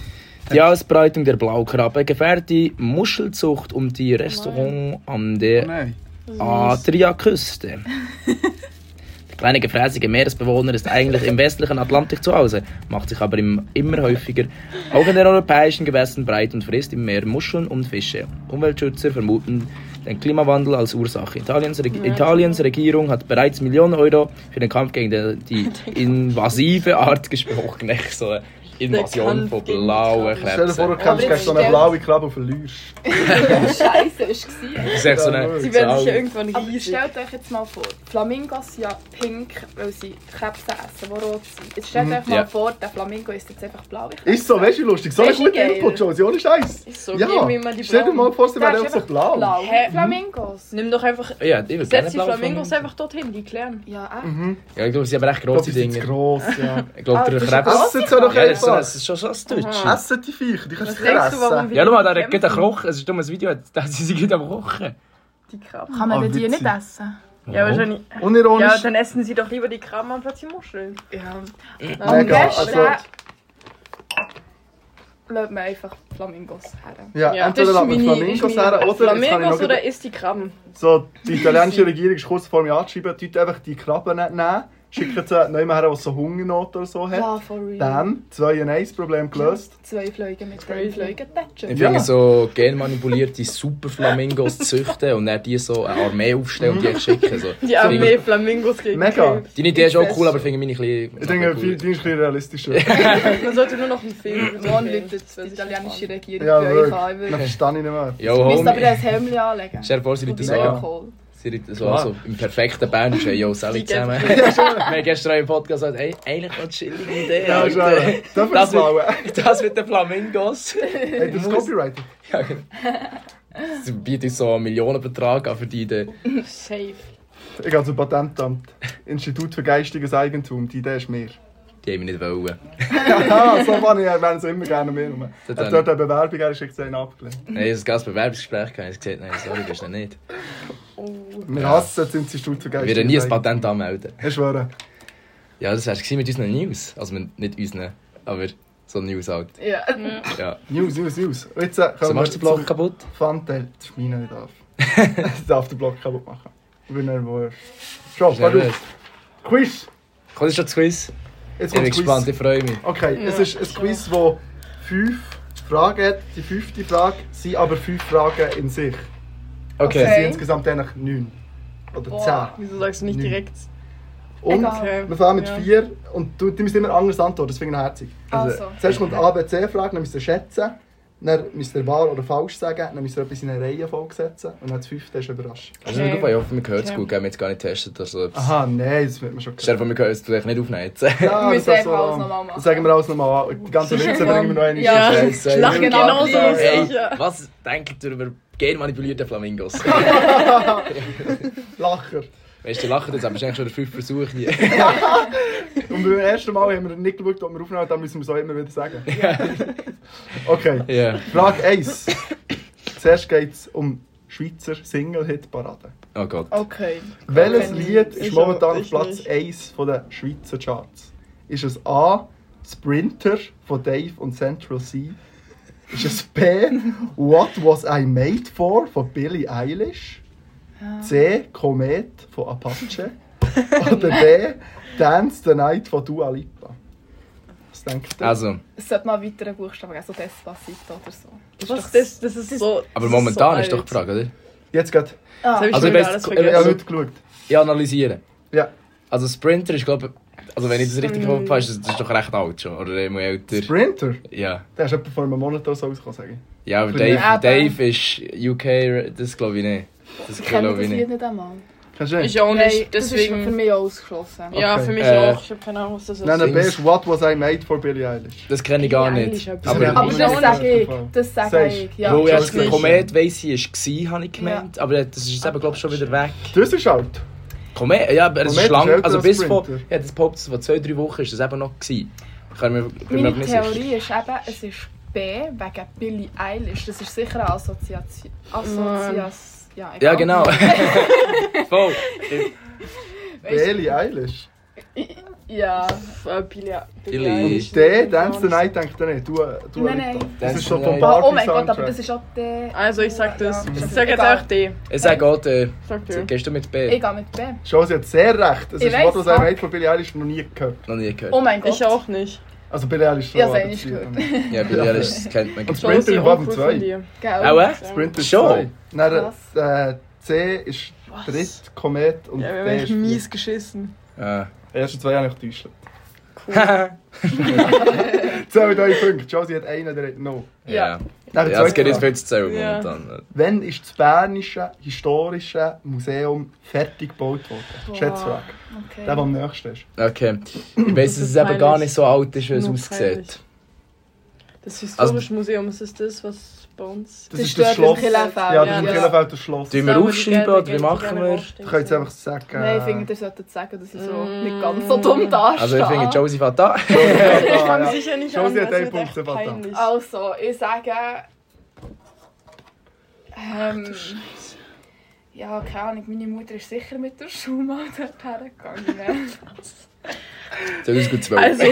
[SPEAKER 5] Die Ausbreitung der Blaukrabbe gefährdet die Muschelzucht und die Restaurant an der
[SPEAKER 4] Nein.
[SPEAKER 5] Adriaküste. Der kleine gefräßige Meeresbewohner ist eigentlich im westlichen Atlantik zu Hause, macht sich aber im, immer häufiger auch in den europäischen Gewässern breit und frisst im Meer Muscheln und Fische. Umweltschützer vermuten den Klimawandel als Ursache. Italiens, Reg Italiens Regierung hat bereits Millionen Euro für den Kampf gegen die, die invasive Art gesprochen. Echt So eine Invasion
[SPEAKER 6] Kampf
[SPEAKER 5] von
[SPEAKER 6] gegen die
[SPEAKER 5] blauen
[SPEAKER 4] Stell dir vor,
[SPEAKER 6] Oh,
[SPEAKER 4] du
[SPEAKER 5] Krebsen.
[SPEAKER 4] kämpfst gegen so eine blaue Klappe und verlierst.
[SPEAKER 1] Scheiße, ist gesehen.
[SPEAKER 5] Das ist echt so
[SPEAKER 4] Ja,
[SPEAKER 5] eine,
[SPEAKER 6] Sie werden
[SPEAKER 5] so
[SPEAKER 6] sich ja
[SPEAKER 5] eine
[SPEAKER 6] irgendwann
[SPEAKER 7] Aber
[SPEAKER 6] riesig.
[SPEAKER 7] stellt euch jetzt mal vor, Flamingos sind ja pink, weil sie Krebse essen, die rot sind. Jetzt
[SPEAKER 4] Mhm.
[SPEAKER 7] stellt euch mal
[SPEAKER 5] Ja.
[SPEAKER 7] vor, der Flamingo isst jetzt einfach blaue Krebse.
[SPEAKER 4] Ist so, weißt du, lustig. So eine
[SPEAKER 7] Ist
[SPEAKER 4] gute
[SPEAKER 7] geil.
[SPEAKER 4] Input, Josie, ohne Scheiß.
[SPEAKER 6] Ist so, gib mir mal
[SPEAKER 4] Ja,
[SPEAKER 6] die
[SPEAKER 4] stell dir
[SPEAKER 6] blauen.
[SPEAKER 4] mal vor, sie
[SPEAKER 7] Der
[SPEAKER 4] wären
[SPEAKER 7] ist
[SPEAKER 4] auch so
[SPEAKER 7] einfach
[SPEAKER 4] blau.
[SPEAKER 7] Blaue
[SPEAKER 6] Hä?
[SPEAKER 7] Flamingos.
[SPEAKER 6] Nimm doch einfach.
[SPEAKER 5] ja, ich würde gerne
[SPEAKER 6] Setz die
[SPEAKER 5] blaue
[SPEAKER 6] Flamingos
[SPEAKER 5] Flamingos.
[SPEAKER 6] einfach dorthin, die klären.
[SPEAKER 7] Ja, echt.
[SPEAKER 5] Ja, ich glaube, sie haben recht
[SPEAKER 4] Ich glaube,
[SPEAKER 5] große
[SPEAKER 4] sie sind zu
[SPEAKER 5] Dinge.
[SPEAKER 4] gross, ja.
[SPEAKER 5] Ich glaube,
[SPEAKER 7] Ah,
[SPEAKER 5] der
[SPEAKER 7] das ist
[SPEAKER 5] Krebs.
[SPEAKER 7] gross.
[SPEAKER 4] Essen sie doch
[SPEAKER 5] Ja, das ist so ein-
[SPEAKER 4] einfach.
[SPEAKER 5] das ist schon so ein Deutsch.
[SPEAKER 4] Essen die Viecher, die kannst du
[SPEAKER 6] denkst du, warum
[SPEAKER 4] essen.
[SPEAKER 6] wir-
[SPEAKER 5] Ja, schau mal, der hat gerade einen Koch. Es ist dummes Video, da sie sind gerade am Kochen.
[SPEAKER 6] Die Krabben.
[SPEAKER 1] Kann man
[SPEAKER 4] Ah,
[SPEAKER 1] denn die
[SPEAKER 4] witzig.
[SPEAKER 1] nicht essen?
[SPEAKER 6] Ja, wahrscheinlich. Ja,
[SPEAKER 4] Unironisch.
[SPEAKER 6] dann essen sie doch lieber die Krabben anstatt die Muscheln.
[SPEAKER 7] Ja. Am
[SPEAKER 4] Mega,
[SPEAKER 7] besten
[SPEAKER 4] also-
[SPEAKER 7] lässt man einfach Flamingos her.
[SPEAKER 4] Ja,
[SPEAKER 6] Ja,
[SPEAKER 4] entweder
[SPEAKER 6] das
[SPEAKER 4] lassen
[SPEAKER 6] ist
[SPEAKER 4] wir
[SPEAKER 6] meine-
[SPEAKER 4] Flamingos
[SPEAKER 6] ist meine-
[SPEAKER 4] her, oder jetzt kann ich noch
[SPEAKER 6] Flamingos
[SPEAKER 4] wieder-
[SPEAKER 6] oder isst die Krabben?
[SPEAKER 4] So, die italienische Regierung ist kurz vor mir anzuschreiben, die tut einfach die Krabben nicht nehmen, schicken sie niemanden her, der so Hungernot oder so hat.
[SPEAKER 7] Ja, for real.
[SPEAKER 4] Dann, zwei in eins Problem gelöst.
[SPEAKER 7] Zwei Fliegen mit drei Fliegen
[SPEAKER 5] Ich
[SPEAKER 7] tätschen.
[SPEAKER 4] Ja.
[SPEAKER 5] finde so genmanipulierte Superflamingos zu züchten und dann die so eine Armee aufstellen und die schicken. So.
[SPEAKER 6] Die Armee Flamingos gegen
[SPEAKER 4] Mega.
[SPEAKER 6] Krebs.
[SPEAKER 5] Deine Idee ist auch cool, aber finde meine ein bisschen...
[SPEAKER 4] Ich denke, die die ist ein bisschen realistischer.
[SPEAKER 6] Man sollte nur noch einen Film über
[SPEAKER 7] Morgen
[SPEAKER 6] den
[SPEAKER 7] läutet
[SPEAKER 6] Film.
[SPEAKER 7] die italienische Regierung
[SPEAKER 4] Ja,
[SPEAKER 7] bei euch an.
[SPEAKER 4] wirklich. Dann verstehe ich nicht mehr.
[SPEAKER 5] Yo,
[SPEAKER 7] Du müsst aber
[SPEAKER 5] Homie.
[SPEAKER 7] ein Hemd anlegen.
[SPEAKER 5] Stell dir vor, sie reiten so
[SPEAKER 4] Mega
[SPEAKER 5] an.
[SPEAKER 7] cool.
[SPEAKER 5] Sie reiten so an, so im perfekten Band und sagen, yo, Sally zusammen. Wir haben gestern auch im Podcast gesagt, ey, eigentlich eine chillige Idee,
[SPEAKER 4] Ja, ist wahr.
[SPEAKER 5] Alter.
[SPEAKER 4] Darf ich
[SPEAKER 5] Das
[SPEAKER 4] das
[SPEAKER 5] wird-
[SPEAKER 4] mal?
[SPEAKER 5] Das mit den Flamingos.
[SPEAKER 4] Hey, das ist Copyright.
[SPEAKER 5] Sie bieten so einen Millionenbetrag an für die Idee.
[SPEAKER 6] Safe.
[SPEAKER 4] Ich gehe zum Patentamt. Institut für geistiges Eigentum, die Idee ist mir.
[SPEAKER 5] Die haben wir nicht wollen.
[SPEAKER 4] Haha, so fand ich, wären sie immer gerne mehr. genommen. Er
[SPEAKER 5] Das
[SPEAKER 4] hat
[SPEAKER 5] dann-
[SPEAKER 4] dort eine Bewerbung, er schickt sie einen abgelehnt.
[SPEAKER 5] Nein, das ganze Bewerbungsgespräch gehabt. Ich gesagt, nein, sorry, bist du nicht.
[SPEAKER 4] Wir hassen das Institut für
[SPEAKER 5] Ich
[SPEAKER 4] geistiges
[SPEAKER 5] werde nie ein Patent anmelden.
[SPEAKER 4] Ich schwöre.
[SPEAKER 5] Ja, das wär's gewesen mit unseren News. Also mit- nicht unseren, aber so News halt.
[SPEAKER 7] Ja.
[SPEAKER 5] Ja.
[SPEAKER 4] News, News, News. Und Jetzt äh, kommen
[SPEAKER 5] So
[SPEAKER 4] wir
[SPEAKER 5] machst du den
[SPEAKER 4] zum-
[SPEAKER 5] Blog kaputt?
[SPEAKER 4] Funteil, das ist meiner nicht darf. das darf den Block kaputt machen. Ich bin nervös. Schon,
[SPEAKER 5] Bist du
[SPEAKER 4] warte
[SPEAKER 5] nervös?
[SPEAKER 4] auf. Quiz!
[SPEAKER 5] Kommt schon das Quiz?
[SPEAKER 4] Jetzt
[SPEAKER 5] Ich bin
[SPEAKER 4] kommt das
[SPEAKER 5] gespannt,
[SPEAKER 4] Quiz.
[SPEAKER 5] ich freue mich.
[SPEAKER 4] Okay, es ist ein Quiz, wo fünf Fragen hat. Die fünfte Frage sind aber fünf Fragen in sich. Es
[SPEAKER 5] Okay.
[SPEAKER 4] sind insgesamt eigentlich neun. Oder
[SPEAKER 6] Boah,
[SPEAKER 4] zehn.
[SPEAKER 6] wieso sagst du nicht
[SPEAKER 4] Nö.
[SPEAKER 6] direkt?
[SPEAKER 4] Und
[SPEAKER 6] Egal.
[SPEAKER 4] wir fangen mit
[SPEAKER 6] Ja.
[SPEAKER 4] vier und du, die müssen immer anders antworten, deswegen herzig.
[SPEAKER 7] Also.
[SPEAKER 4] Zuerst kommt die ABC-Frage, dann müsst ihr schätzen. Dann müsst ihr wahr oder falsch sagen, dann müsst ihr etwas in eine Reihenfolge setzen und dann das fünfte ist überrascht.
[SPEAKER 5] Also wir rufen auf, wir hören es gut, gell? wir haben jetzt gar nicht getestet oder so. etwas.
[SPEAKER 4] Aha, nein, das wird man schon
[SPEAKER 5] Stell dir vor, wir können es vielleicht nicht aufnehmen jetzt.
[SPEAKER 4] Ja,
[SPEAKER 7] Wir müssen
[SPEAKER 4] das ist
[SPEAKER 7] einfach
[SPEAKER 4] so
[SPEAKER 7] alles
[SPEAKER 4] lang.
[SPEAKER 7] nochmal machen.
[SPEAKER 4] Das sagen wir alles nochmal an. Und Die ganzen Witze bringen wir noch einmal.
[SPEAKER 7] Ja.
[SPEAKER 5] Scheiße.
[SPEAKER 6] Lach
[SPEAKER 5] Ey,
[SPEAKER 6] genau so.
[SPEAKER 7] Ja.
[SPEAKER 5] Äh, Ey,
[SPEAKER 6] Ja.
[SPEAKER 5] was denkt ihr über genmanipulierte Flamingos?
[SPEAKER 4] Lacher.
[SPEAKER 5] weißt du, lachen jetzt, aber es ist eigentlich schon der fünf Versuch hier.
[SPEAKER 4] Und beim ersten Mal haben wir nicht geschaut, ob wir aufnehmen, dann müssen wir es auch immer wieder sagen. Okay,
[SPEAKER 5] Ja.
[SPEAKER 4] Frage 1. Zuerst geht es um Schweizer Single-Hit-Parade.
[SPEAKER 5] Oh Gott.
[SPEAKER 7] Okay.
[SPEAKER 4] Welches
[SPEAKER 7] Kenn ich.
[SPEAKER 4] Lied ist
[SPEAKER 6] Ich
[SPEAKER 4] momentan
[SPEAKER 6] auch,
[SPEAKER 4] auf
[SPEAKER 6] ich
[SPEAKER 4] Platz
[SPEAKER 6] nicht.
[SPEAKER 4] 1 von den Schweizer Charts? Ist es A. Sprinter von Dave und Central C? ist es B. What was I made for von Billie Eilish? C. Komet von Apache. Oder D. Dance the Night von Dua Lipa. Was denkt ihr?
[SPEAKER 5] Also,
[SPEAKER 7] Es sollte mal weitere Buchstaben geben, so Despacito oder so. Das ist
[SPEAKER 6] Was?
[SPEAKER 7] doch-
[SPEAKER 6] Das, das ist so.
[SPEAKER 5] aber
[SPEAKER 6] das
[SPEAKER 5] momentan ist
[SPEAKER 6] so
[SPEAKER 5] doch die Frage, oder?
[SPEAKER 4] Jetzt geht.
[SPEAKER 6] Ah,
[SPEAKER 5] Also
[SPEAKER 6] das also,
[SPEAKER 5] ich
[SPEAKER 6] ich
[SPEAKER 5] weiss,
[SPEAKER 6] alles
[SPEAKER 5] ich
[SPEAKER 4] Ich habe
[SPEAKER 5] Also-
[SPEAKER 6] vergessen.
[SPEAKER 4] heute geschaut.
[SPEAKER 5] Ich analysiere.
[SPEAKER 4] Ja.
[SPEAKER 5] Also Sprinter ist glaube also wenn ich das richtig verstanden habe, ist das das ist doch recht alt schon, oder immer älter.
[SPEAKER 4] Sprinter?
[SPEAKER 5] Ja.
[SPEAKER 4] Der ist etwa vor einem Monat oder so rausgekommen, sage ich.
[SPEAKER 5] Ja, aber
[SPEAKER 4] Sprinter.
[SPEAKER 5] Dave, Dave ist UK, das glaube ich nicht. Das
[SPEAKER 7] Ich kenne
[SPEAKER 5] glaube
[SPEAKER 7] das
[SPEAKER 5] ich
[SPEAKER 7] Lied
[SPEAKER 5] nicht.
[SPEAKER 7] nicht einmal.
[SPEAKER 4] Kennst du den?
[SPEAKER 6] Ich auch
[SPEAKER 7] Nein,
[SPEAKER 6] nicht,
[SPEAKER 7] das ist für
[SPEAKER 6] deswegen.
[SPEAKER 7] mich auch ausgeschlossen.
[SPEAKER 6] Ja,
[SPEAKER 5] Okay.
[SPEAKER 6] für mich
[SPEAKER 5] Äh,
[SPEAKER 6] auch. Ich habe keine Ahnung, was das ist.
[SPEAKER 4] Nein, nein, B
[SPEAKER 5] Singles.
[SPEAKER 4] ist What was I made for Billie Eilish.
[SPEAKER 5] Das kenne ich gar
[SPEAKER 6] Ja,
[SPEAKER 5] nicht.
[SPEAKER 6] ist etwas-
[SPEAKER 5] Aber,
[SPEAKER 4] Ja,
[SPEAKER 5] aber
[SPEAKER 7] Aber
[SPEAKER 4] Nein,
[SPEAKER 7] das
[SPEAKER 4] nein,
[SPEAKER 7] sage ich,
[SPEAKER 4] nein.
[SPEAKER 7] das sage
[SPEAKER 4] Sagst-
[SPEAKER 7] ich.
[SPEAKER 5] ja,
[SPEAKER 7] Ja,
[SPEAKER 5] weil
[SPEAKER 4] das
[SPEAKER 5] ja, das
[SPEAKER 4] ist-
[SPEAKER 5] Komet weiss ich, ist war, habe ich gemeint. Aber das ist jetzt eben glaube ich schon wieder weg.
[SPEAKER 4] Das ist alt.
[SPEAKER 5] Komet, ja, aber es
[SPEAKER 4] Komet
[SPEAKER 5] ist
[SPEAKER 4] ist
[SPEAKER 5] lang,
[SPEAKER 4] älter
[SPEAKER 5] also
[SPEAKER 4] als
[SPEAKER 5] bis vor,
[SPEAKER 4] Sprinter.
[SPEAKER 5] ja, das Pop, vor zwei, drei Wochen ist das eben noch gewesen. Ich kann mir, bin mir
[SPEAKER 7] Meine
[SPEAKER 5] nicht sicher.
[SPEAKER 7] Theorie ist eben, es ist B wegen Billie Eilish. Das ist sicher eine Assoziation. Assozias ja,
[SPEAKER 5] Ja,
[SPEAKER 7] egal.
[SPEAKER 5] genau. Voll.
[SPEAKER 4] Billie Eilish.
[SPEAKER 7] Ja.
[SPEAKER 6] Äh, Billie-
[SPEAKER 5] Billie.
[SPEAKER 6] Billie Eilish.
[SPEAKER 4] Und D, Dance the Night, denkt ihr nicht. Du, du Alita.
[SPEAKER 7] Nein, nein.
[SPEAKER 4] Das
[SPEAKER 5] Dance
[SPEAKER 4] ist
[SPEAKER 5] the
[SPEAKER 4] schon vom
[SPEAKER 5] Night.
[SPEAKER 4] Barbie
[SPEAKER 7] Oh mein Gott, aber das
[SPEAKER 4] Soundtrack.
[SPEAKER 7] ist auch der.
[SPEAKER 6] Also ich sag das.
[SPEAKER 7] Ja,
[SPEAKER 6] Ich sag jetzt
[SPEAKER 7] egal.
[SPEAKER 6] auch D.
[SPEAKER 5] Ich sage auch, äh,
[SPEAKER 6] Sag D.
[SPEAKER 5] gehst du mit
[SPEAKER 7] Ich
[SPEAKER 5] B?
[SPEAKER 7] gehe mit B.
[SPEAKER 4] Schon, sie hat sehr recht. Es
[SPEAKER 7] Ich
[SPEAKER 4] ist
[SPEAKER 7] weiss,
[SPEAKER 4] What was I
[SPEAKER 7] fuck.
[SPEAKER 4] made for Billie Eilish noch nie gehört.
[SPEAKER 5] Noch nie gehört.
[SPEAKER 7] Oh mein Gott.
[SPEAKER 6] Ich auch nicht.
[SPEAKER 4] Also Billie Eilish
[SPEAKER 7] Ja,
[SPEAKER 4] so
[SPEAKER 7] sie hat
[SPEAKER 4] alt
[SPEAKER 7] nicht
[SPEAKER 4] sie-
[SPEAKER 7] gehört.
[SPEAKER 5] Ja, Billie Eilish das kennt man.
[SPEAKER 4] Und
[SPEAKER 6] Schon
[SPEAKER 4] Sprinter
[SPEAKER 6] sehr
[SPEAKER 4] im Wappen
[SPEAKER 6] uncool
[SPEAKER 4] 2.
[SPEAKER 6] von dir.
[SPEAKER 7] Gell?
[SPEAKER 5] Auch äh? echt?
[SPEAKER 4] Sprinter
[SPEAKER 5] Schon?
[SPEAKER 4] 2. Dann
[SPEAKER 7] Krass.
[SPEAKER 4] äh, C ist
[SPEAKER 6] Was?
[SPEAKER 4] dritt Komet und
[SPEAKER 6] Ja, wir haben
[SPEAKER 4] D
[SPEAKER 6] echt
[SPEAKER 4] ist
[SPEAKER 6] mies geschissen.
[SPEAKER 5] Ah.
[SPEAKER 4] Die ersten zwei habe ich getäuscht. Zähl deine Punkte. Josie hat einen, der hat no.
[SPEAKER 5] Ja,
[SPEAKER 4] Dann die
[SPEAKER 5] ja es
[SPEAKER 4] zweite
[SPEAKER 5] geht jetzt
[SPEAKER 4] Frage.
[SPEAKER 5] viel zu zählen
[SPEAKER 6] Ja.
[SPEAKER 5] momentan.
[SPEAKER 4] Wann ist das Bernische Historische Museum fertig gebaut worden? Schätzfrage.
[SPEAKER 7] Okay.
[SPEAKER 4] Der, der am nächsten ist.
[SPEAKER 5] Okay. Ich weiss, dass
[SPEAKER 6] Das
[SPEAKER 5] es
[SPEAKER 6] ist
[SPEAKER 5] eben gar
[SPEAKER 6] peinlich.
[SPEAKER 5] nicht so alt ist, wie es
[SPEAKER 6] Nur
[SPEAKER 5] aussieht.
[SPEAKER 6] peinlich. Das
[SPEAKER 5] Also,
[SPEAKER 6] historische Museum, es ist das, was bei uns.
[SPEAKER 4] Das,
[SPEAKER 7] Das
[SPEAKER 4] ist
[SPEAKER 7] dort
[SPEAKER 4] das
[SPEAKER 7] im
[SPEAKER 4] Schloss.
[SPEAKER 7] Killerfeld.
[SPEAKER 4] Ja, das ist im
[SPEAKER 6] Ja.
[SPEAKER 4] Kirchenfelder Schloss.
[SPEAKER 5] Tun
[SPEAKER 4] Du
[SPEAKER 5] wir
[SPEAKER 6] Sollen
[SPEAKER 5] aufschreiben
[SPEAKER 6] die
[SPEAKER 5] oder wie
[SPEAKER 6] Gelder
[SPEAKER 5] machen
[SPEAKER 6] gerne
[SPEAKER 5] wir?
[SPEAKER 6] anstellen?
[SPEAKER 4] kannst jetzt einfach sagen.
[SPEAKER 7] Nein, ich finde, ihr solltet sagen, dass ich so nicht ganz so dumm dastehe.
[SPEAKER 5] Also ich finde, Josie fährt da.
[SPEAKER 6] Ich kann
[SPEAKER 4] Ja, ja.
[SPEAKER 6] sicher nicht
[SPEAKER 4] Schon
[SPEAKER 6] an,
[SPEAKER 4] sie hat
[SPEAKER 6] das
[SPEAKER 4] einen
[SPEAKER 6] wird
[SPEAKER 4] Punkt,
[SPEAKER 6] echt
[SPEAKER 4] Sebastian.
[SPEAKER 6] peinlich.
[SPEAKER 7] Also, ich sage. Ähm, ja, keine Ahnung, meine Mutter ist sicher mit der Schuma dort hergegangen.
[SPEAKER 5] 2012.
[SPEAKER 6] Also,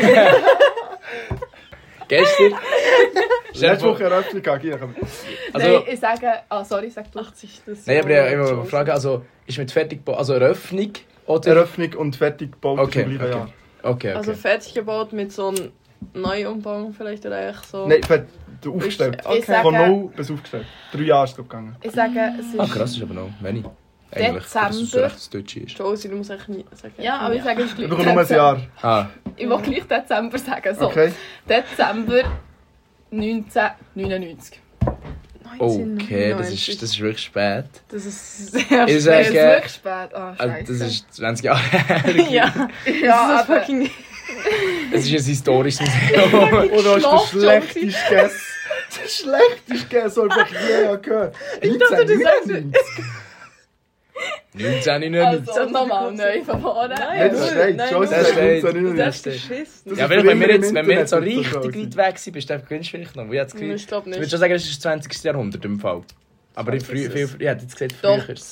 [SPEAKER 5] Gestern.
[SPEAKER 4] Letzte Woche eine Öffnung gegeben.
[SPEAKER 5] Also,
[SPEAKER 7] Nein, ich sage. Ah, sorry, sag du.
[SPEAKER 6] 80 das
[SPEAKER 5] nein, aber ich wollte
[SPEAKER 6] Jahr.
[SPEAKER 5] mal fragen, also ist mit fertig, also Eröffnung oder?
[SPEAKER 4] Eröffnung und fertig gebaut
[SPEAKER 5] Okay,
[SPEAKER 4] ist im gleichen
[SPEAKER 5] okay.
[SPEAKER 4] Jahr.
[SPEAKER 5] Okay,
[SPEAKER 6] Also
[SPEAKER 5] okay.
[SPEAKER 6] fertig gebaut mit so einem Neuumbau vielleicht oder echt so.
[SPEAKER 4] Nein, fer- du aufgestellt.
[SPEAKER 6] Okay.
[SPEAKER 7] Ich sage,
[SPEAKER 4] Von null bis aufgestellt. Drei Jahre ist es gegangen.
[SPEAKER 7] ich sage es ist.
[SPEAKER 5] Ah, krass, ist aber noch wenig. Eigentlich, dass es
[SPEAKER 7] Dezember.
[SPEAKER 5] recht das Deutsche ist.
[SPEAKER 6] Josie, du musst echt nie sagen.
[SPEAKER 7] Ja, aber ich sage es ist
[SPEAKER 4] Ich
[SPEAKER 7] gleich.
[SPEAKER 4] bekomme nur ein Jahr.
[SPEAKER 5] Ah,
[SPEAKER 7] Ich will gleich Dezember sagen. So,
[SPEAKER 4] Okay?
[SPEAKER 7] Dezember 1999.
[SPEAKER 6] 1999.
[SPEAKER 5] okay, das ist, das ist wirklich spät.
[SPEAKER 6] Das ist sehr
[SPEAKER 5] Ich
[SPEAKER 6] schwer.
[SPEAKER 7] Das ist
[SPEAKER 5] sage,
[SPEAKER 7] wirklich spät. Ah,
[SPEAKER 5] also,
[SPEAKER 7] scheiße.
[SPEAKER 5] das ist 20 Jahre her.
[SPEAKER 6] Ja,
[SPEAKER 7] ja,
[SPEAKER 6] das ist
[SPEAKER 7] aber,
[SPEAKER 6] fucking.
[SPEAKER 5] Es ist ein historisches Museum.
[SPEAKER 4] Und da ist der
[SPEAKER 6] Schlaf,
[SPEAKER 4] schlechteste Guess. Der schlechteste Guess, den ich einfach je gehört habe. Ich dachte, du sagst
[SPEAKER 5] 1999.
[SPEAKER 7] also nochmal neu von vorne.
[SPEAKER 4] Jetzt steht, Josie sagt
[SPEAKER 5] nein, nein.
[SPEAKER 4] 1999.
[SPEAKER 6] Das ist geschissen.
[SPEAKER 5] Ja,
[SPEAKER 4] ist
[SPEAKER 5] weil
[SPEAKER 4] für
[SPEAKER 5] wenn wir
[SPEAKER 4] immer im
[SPEAKER 5] jetzt, wenn wir jetzt so
[SPEAKER 4] Internet
[SPEAKER 5] richtig
[SPEAKER 4] und so
[SPEAKER 5] weit weg sind, bist du einfach ganz schwierig noch. Ich hätte das Gefühl-
[SPEAKER 6] Ich glaube
[SPEAKER 5] ich würde
[SPEAKER 6] nicht.
[SPEAKER 5] schon sagen, das ist das 20. Jahrhundert im Fall. Aber ich, früh,
[SPEAKER 6] ist
[SPEAKER 5] viel,
[SPEAKER 6] es.
[SPEAKER 5] ich hätte jetzt gesagt,
[SPEAKER 6] Doch.
[SPEAKER 5] früher. Und ich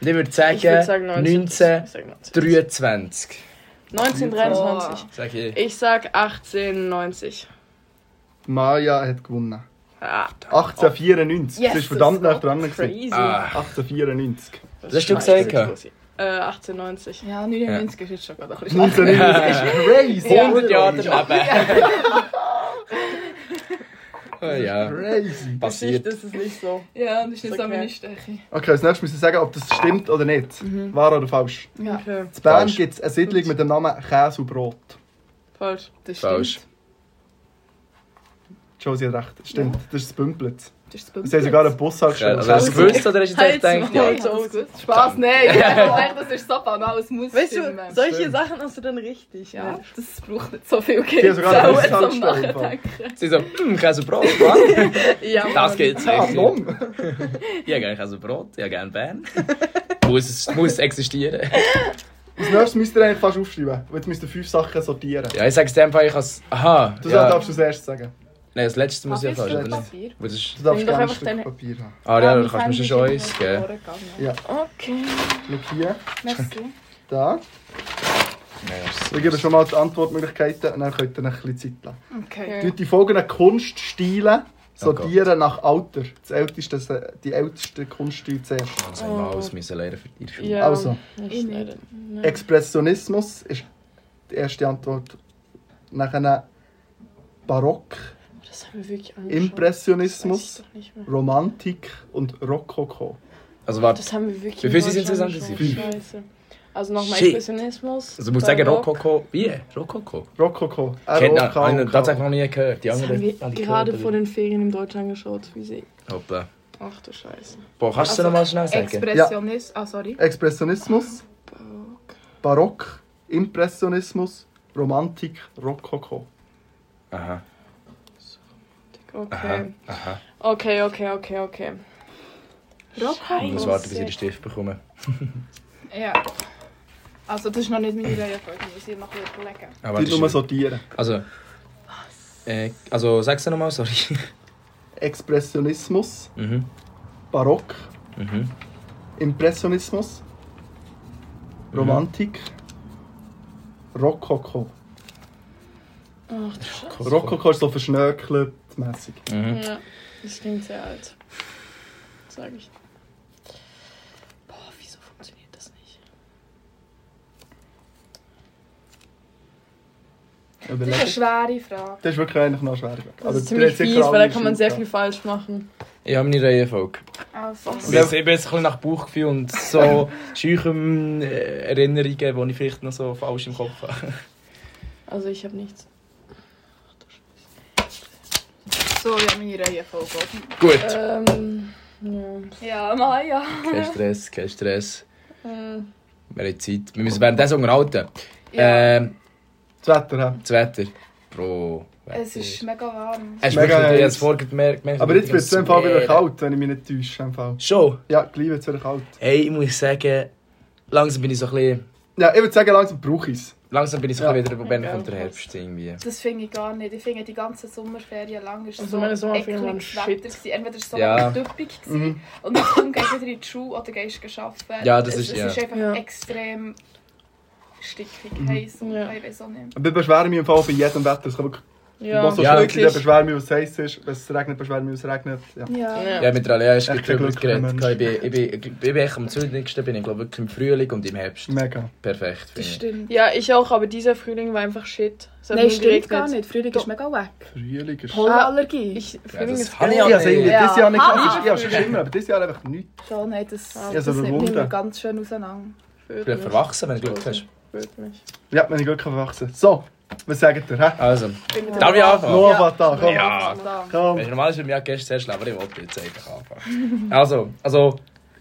[SPEAKER 5] würde
[SPEAKER 6] Ich würde
[SPEAKER 5] sagen,
[SPEAKER 6] sagen
[SPEAKER 5] 1923.
[SPEAKER 6] 1923. 1923.
[SPEAKER 5] Sag ich.
[SPEAKER 6] Ich sag 1890.
[SPEAKER 4] Maya hat gewonnen.
[SPEAKER 6] Ah,
[SPEAKER 4] 1894.
[SPEAKER 7] Yes,
[SPEAKER 4] das ist verdammt
[SPEAKER 7] das
[SPEAKER 4] nach dran. gewesen.
[SPEAKER 6] crazy.
[SPEAKER 5] Ah.
[SPEAKER 4] 1894.
[SPEAKER 5] Was hast du
[SPEAKER 6] ist scheiße,
[SPEAKER 5] gesagt?
[SPEAKER 6] Josie. Äh, 1890.
[SPEAKER 7] Ja, 99 ist jetzt schon gerade ein bisschen schlecht.
[SPEAKER 4] 1999 ist crazy.
[SPEAKER 5] 100 Jahre daneben. oh, ja,
[SPEAKER 4] Crazy.
[SPEAKER 5] passiert.
[SPEAKER 6] Das ist nicht so.
[SPEAKER 7] Ja, das ist nicht so
[SPEAKER 6] Okay.
[SPEAKER 7] meine Stärke.
[SPEAKER 4] Okay, als nächstes müssen wir sagen, ob das stimmt oder nicht.
[SPEAKER 6] Mhm.
[SPEAKER 4] Wahr oder falsch?
[SPEAKER 7] Ja.
[SPEAKER 6] Okay,
[SPEAKER 4] In Bern
[SPEAKER 5] Falsch.
[SPEAKER 4] gibt es eine Siedlung mit dem Namen Käse und Brot.
[SPEAKER 6] falsch.
[SPEAKER 7] Das stimmt.
[SPEAKER 5] Falsch.
[SPEAKER 4] Josie hat recht. Stimmt, das ist das Bümplitz.
[SPEAKER 7] Das ist
[SPEAKER 4] Sie haben sogar einen Bushaltestelle.
[SPEAKER 5] Also hast du es gewusst oder hast du jetzt
[SPEAKER 6] Halt's
[SPEAKER 5] gedacht, ja?
[SPEAKER 6] Maul.
[SPEAKER 7] Nein,
[SPEAKER 6] Auto.
[SPEAKER 7] das ist gut. Spaß, nein. Nein, das ist so banal, es muss
[SPEAKER 6] Weißt
[SPEAKER 7] stimmen.
[SPEAKER 6] du, solche Sachen hast du dann richtig. ne?
[SPEAKER 7] ja, das braucht nicht so viel
[SPEAKER 4] Sie haben
[SPEAKER 7] Geld.
[SPEAKER 4] sogar eine
[SPEAKER 7] Auch jetzt am
[SPEAKER 4] Bushaltestelle.
[SPEAKER 7] Nachdenken.
[SPEAKER 5] Sie so, hm, Käse und Brot, Mann.
[SPEAKER 6] ja
[SPEAKER 5] Das geht
[SPEAKER 4] Ah,
[SPEAKER 5] sicher.
[SPEAKER 4] Blom.
[SPEAKER 5] Ja, gerne Käse und Brot, ja, gerne Bern. muss, es, muss existieren.
[SPEAKER 4] Als nächstes müsst ihr eigentlich fast aufschreiben. Und Jetzt müsst ihr fünf Sachen sortieren.
[SPEAKER 5] Ja, ich sag's dir einfach, ich has. Aha.
[SPEAKER 4] Du
[SPEAKER 5] ja.
[SPEAKER 4] darfst du zuerst sagen.
[SPEAKER 5] Nein, das letzte muss ich ja
[SPEAKER 7] Papier,
[SPEAKER 5] falsch,
[SPEAKER 7] Stück
[SPEAKER 5] oder nicht?
[SPEAKER 7] Papier.
[SPEAKER 5] Wo Das ist...
[SPEAKER 4] Du darfst
[SPEAKER 6] Nimm doch
[SPEAKER 4] gerne ein
[SPEAKER 6] einfach
[SPEAKER 4] Stück
[SPEAKER 6] deine-
[SPEAKER 4] Papier haben.
[SPEAKER 5] Ah, ja,
[SPEAKER 7] mein
[SPEAKER 5] da kannst du mir
[SPEAKER 7] Handy
[SPEAKER 5] schon
[SPEAKER 7] ist
[SPEAKER 5] eins
[SPEAKER 7] irgendwo
[SPEAKER 5] geben.
[SPEAKER 7] verloren gegangen.
[SPEAKER 4] Ja,
[SPEAKER 6] Okay.
[SPEAKER 4] schau hier,
[SPEAKER 7] Merci.
[SPEAKER 4] da. Wir geben schon mal die Antwortmöglichkeiten und dann könnt ihr euch ein bisschen Zeit lassen.
[SPEAKER 7] Okay.
[SPEAKER 5] Oh
[SPEAKER 4] Tut die folgenden Kunststile Sortieren nach Alter. Das älteste, das, äh, die älteste Kunststile zuerst.
[SPEAKER 5] Das haben wir alles müssen lernen für die Schule.
[SPEAKER 6] Oh. Ja,
[SPEAKER 4] Also.
[SPEAKER 6] das ist
[SPEAKER 7] Ich nicht.
[SPEAKER 6] leider- Nein.
[SPEAKER 4] Expressionismus ist die erste Antwort. Nachher Barock,
[SPEAKER 6] Das haben wir wirklich angeschaut. Das
[SPEAKER 4] Impressionismus,
[SPEAKER 6] weiß ich doch nicht mehr.
[SPEAKER 4] Romantik und Rokoko.
[SPEAKER 5] Also warte,
[SPEAKER 6] Das haben wir wirklich
[SPEAKER 5] Wie viel sind
[SPEAKER 6] mal
[SPEAKER 5] es insgesamt?
[SPEAKER 6] angeschaut.
[SPEAKER 5] Fünf.
[SPEAKER 6] Scheiße. Also nochmal
[SPEAKER 5] Shit.
[SPEAKER 6] Impressionismus.
[SPEAKER 5] also ich muss sagen,
[SPEAKER 6] Barock.
[SPEAKER 5] Rokoko, wie? Rokoko?
[SPEAKER 4] Ah, Rokoko.
[SPEAKER 5] Kennt
[SPEAKER 4] R O
[SPEAKER 5] man,
[SPEAKER 4] K O K.
[SPEAKER 5] habe ich tatsächlich noch nie gehört. Die
[SPEAKER 6] Das haben
[SPEAKER 5] anderen
[SPEAKER 6] wir
[SPEAKER 5] alle
[SPEAKER 6] gerade
[SPEAKER 5] gehört,
[SPEAKER 6] vor
[SPEAKER 5] aber-
[SPEAKER 6] den Ferien in Deutschland geschaut, wie sie...
[SPEAKER 5] Hoppa.
[SPEAKER 6] Ach du Scheiße.
[SPEAKER 5] Boah, kannst
[SPEAKER 6] Also
[SPEAKER 5] du es nochmal schnell sagen?
[SPEAKER 7] Expressionist. Ah, sorry.
[SPEAKER 4] Expressionismus,
[SPEAKER 6] Barock.
[SPEAKER 4] Barock, Impressionismus, Romantik, Rokoko.
[SPEAKER 5] Aha, aha,
[SPEAKER 6] Okay.
[SPEAKER 5] aha.
[SPEAKER 6] Okay, okay, okay, okay.
[SPEAKER 5] Ich muss warten, bis ich den Stift bekomme.
[SPEAKER 7] Ja. Also, das ist noch nicht meine Reihenfolge. Ich muss hier noch überlegen.
[SPEAKER 5] Ah,
[SPEAKER 4] Die
[SPEAKER 5] warte,
[SPEAKER 4] nur
[SPEAKER 5] ist-
[SPEAKER 4] sortieren.
[SPEAKER 5] Also... Äh, also, sag's nochmal, sorry.
[SPEAKER 4] Expressionismus,
[SPEAKER 5] mhm,
[SPEAKER 4] Barock,
[SPEAKER 5] mhm.
[SPEAKER 4] Impressionismus,
[SPEAKER 5] Mhm.
[SPEAKER 4] Romantik, Rokoko.
[SPEAKER 6] Ach du Scheiße.
[SPEAKER 4] Rokoko ist so verschnörkelt mässig.
[SPEAKER 5] Mhm.
[SPEAKER 6] Ja, das klingt sehr alt. Sag ich. Boah, wieso funktioniert das nicht?
[SPEAKER 7] Das ist eine
[SPEAKER 4] Überlegt.
[SPEAKER 7] schwere Frage.
[SPEAKER 4] Das ist wirklich eigentlich noch schwer.
[SPEAKER 6] Das ist ziemlich fies, weil da kann man sehr viel falsch machen.
[SPEAKER 5] Ich habe meine Reihenfolge.
[SPEAKER 7] Also,
[SPEAKER 5] Ich bin jetzt ein bisschen nach Bauchgefühl und so scheuchen äh, Erinnerungen, die ich vielleicht noch so falsch im Kopf habe.
[SPEAKER 6] Also ich habe nichts.
[SPEAKER 7] so, ja, meine Reihenfolge.
[SPEAKER 5] Gut.
[SPEAKER 7] Äh.
[SPEAKER 6] Ähm, ja.
[SPEAKER 7] Ja, Maja.
[SPEAKER 5] Kein Stress, kein Stress.
[SPEAKER 6] Ähm,
[SPEAKER 5] Wir haben Zeit. Wir müssen währenddessen unterhalten.
[SPEAKER 7] Ja.
[SPEAKER 5] Ähm,
[SPEAKER 4] Das Wetter haben.
[SPEAKER 5] das Wetter. Bro. Wetter.
[SPEAKER 7] Es ist mega warm.
[SPEAKER 5] Hast du
[SPEAKER 4] mega
[SPEAKER 5] wirklich- ich
[SPEAKER 4] heiß.
[SPEAKER 5] hab's vorher gemerkt. gemerkt,
[SPEAKER 4] Aber
[SPEAKER 5] ich
[SPEAKER 4] jetzt wird es
[SPEAKER 5] bin
[SPEAKER 4] im Fall wieder
[SPEAKER 5] swear.
[SPEAKER 4] kalt, wenn ich mich nicht täusche. im Fall.
[SPEAKER 5] Schon.
[SPEAKER 4] Ja, gleich wird es wieder kalt.
[SPEAKER 5] Hey, ich muss sagen, langsam bin ich so ein bisschen...
[SPEAKER 4] Ja, ich würde sagen, langsam brauche ich es.
[SPEAKER 5] Langsam bin ich so ein bisschen wieder... Wann
[SPEAKER 6] Ja.
[SPEAKER 5] kommt der Herbst irgendwie?
[SPEAKER 7] Das finde ich gar nicht. Ich finde die ganze Sommerferien lang ist
[SPEAKER 6] Also
[SPEAKER 7] so
[SPEAKER 6] meine Sommerferien waren
[SPEAKER 7] ekliges
[SPEAKER 6] shit.
[SPEAKER 7] Wetter. Gewesen. Entweder ist es so
[SPEAKER 5] Ja.
[SPEAKER 7] düppig
[SPEAKER 4] Mhm.
[SPEAKER 7] gewesen und jetzt komm, gehst du wieder in die Schule oder gehst arbeiten.
[SPEAKER 5] Ja, das
[SPEAKER 7] es,
[SPEAKER 5] ist-
[SPEAKER 7] Es
[SPEAKER 5] ja.
[SPEAKER 7] ist einfach
[SPEAKER 6] Ja.
[SPEAKER 7] extrem stickig,
[SPEAKER 5] Mhm.
[SPEAKER 7] heiß und
[SPEAKER 6] Ja.
[SPEAKER 7] ich weiß auch nicht.
[SPEAKER 4] Aber ich beschwere mich im Fall bei jedem Wetter. Es kann wirklich
[SPEAKER 6] ja.
[SPEAKER 4] noch so
[SPEAKER 5] Ja,
[SPEAKER 4] schlimm sein, ich
[SPEAKER 6] wirklich.
[SPEAKER 4] beschwere mich, was es heiß ist. Wenn es regnet, beschwere mich, was es regnet. Ja.
[SPEAKER 6] Ja.
[SPEAKER 5] Ja, mit der Alea ist
[SPEAKER 4] Echt ein
[SPEAKER 5] darüber
[SPEAKER 4] glücklicher
[SPEAKER 5] geredet. Ich bin, ich bin, ich bin echt am zündigsten, bin ich glaube wirklich im Frühling und im Herbst.
[SPEAKER 4] Mega.
[SPEAKER 5] Perfekt, finde
[SPEAKER 7] Das
[SPEAKER 5] ich.
[SPEAKER 7] stimmt.
[SPEAKER 6] ja, ich auch, aber dieser Frühling war einfach shit. Es hat
[SPEAKER 7] Nein,
[SPEAKER 6] nur
[SPEAKER 7] stimmt
[SPEAKER 6] geregnet.
[SPEAKER 7] gar nicht. Frühling ist mega Ah, weg.
[SPEAKER 4] Frühling ist...
[SPEAKER 7] Pollenallergie.
[SPEAKER 6] Ich, Frühling
[SPEAKER 5] das
[SPEAKER 6] ist
[SPEAKER 5] habe ich
[SPEAKER 6] geil.
[SPEAKER 4] Ich habe irgendwie
[SPEAKER 7] Ja.
[SPEAKER 4] dieses Jahr nicht
[SPEAKER 7] Ha,
[SPEAKER 4] gehabt. Ich- Ich habe schon
[SPEAKER 7] Frühling.
[SPEAKER 4] schlimmer, aber dieses Jahr einfach nichts.
[SPEAKER 7] Ja, nein, das,
[SPEAKER 6] Ja,
[SPEAKER 7] das
[SPEAKER 4] so
[SPEAKER 7] nimmt
[SPEAKER 4] überwunden.
[SPEAKER 7] mich ganz schön auseinander.
[SPEAKER 5] Ich bin verwachsen, wenn du Glück hast.
[SPEAKER 6] Fühlt mich.
[SPEAKER 4] Ja, wenn ich Glück habe, wachsen. So, was sagt ihr? hä?
[SPEAKER 5] Also,
[SPEAKER 7] Ich bin
[SPEAKER 5] darf ich anfangen?
[SPEAKER 4] Novata, komm.
[SPEAKER 5] Ja.
[SPEAKER 7] da.
[SPEAKER 5] Weißt du,
[SPEAKER 4] Komm.
[SPEAKER 5] Normal ist bei mir gestern sehr schlimm, aber ich wollte jetzt einfach anfangen. Also, also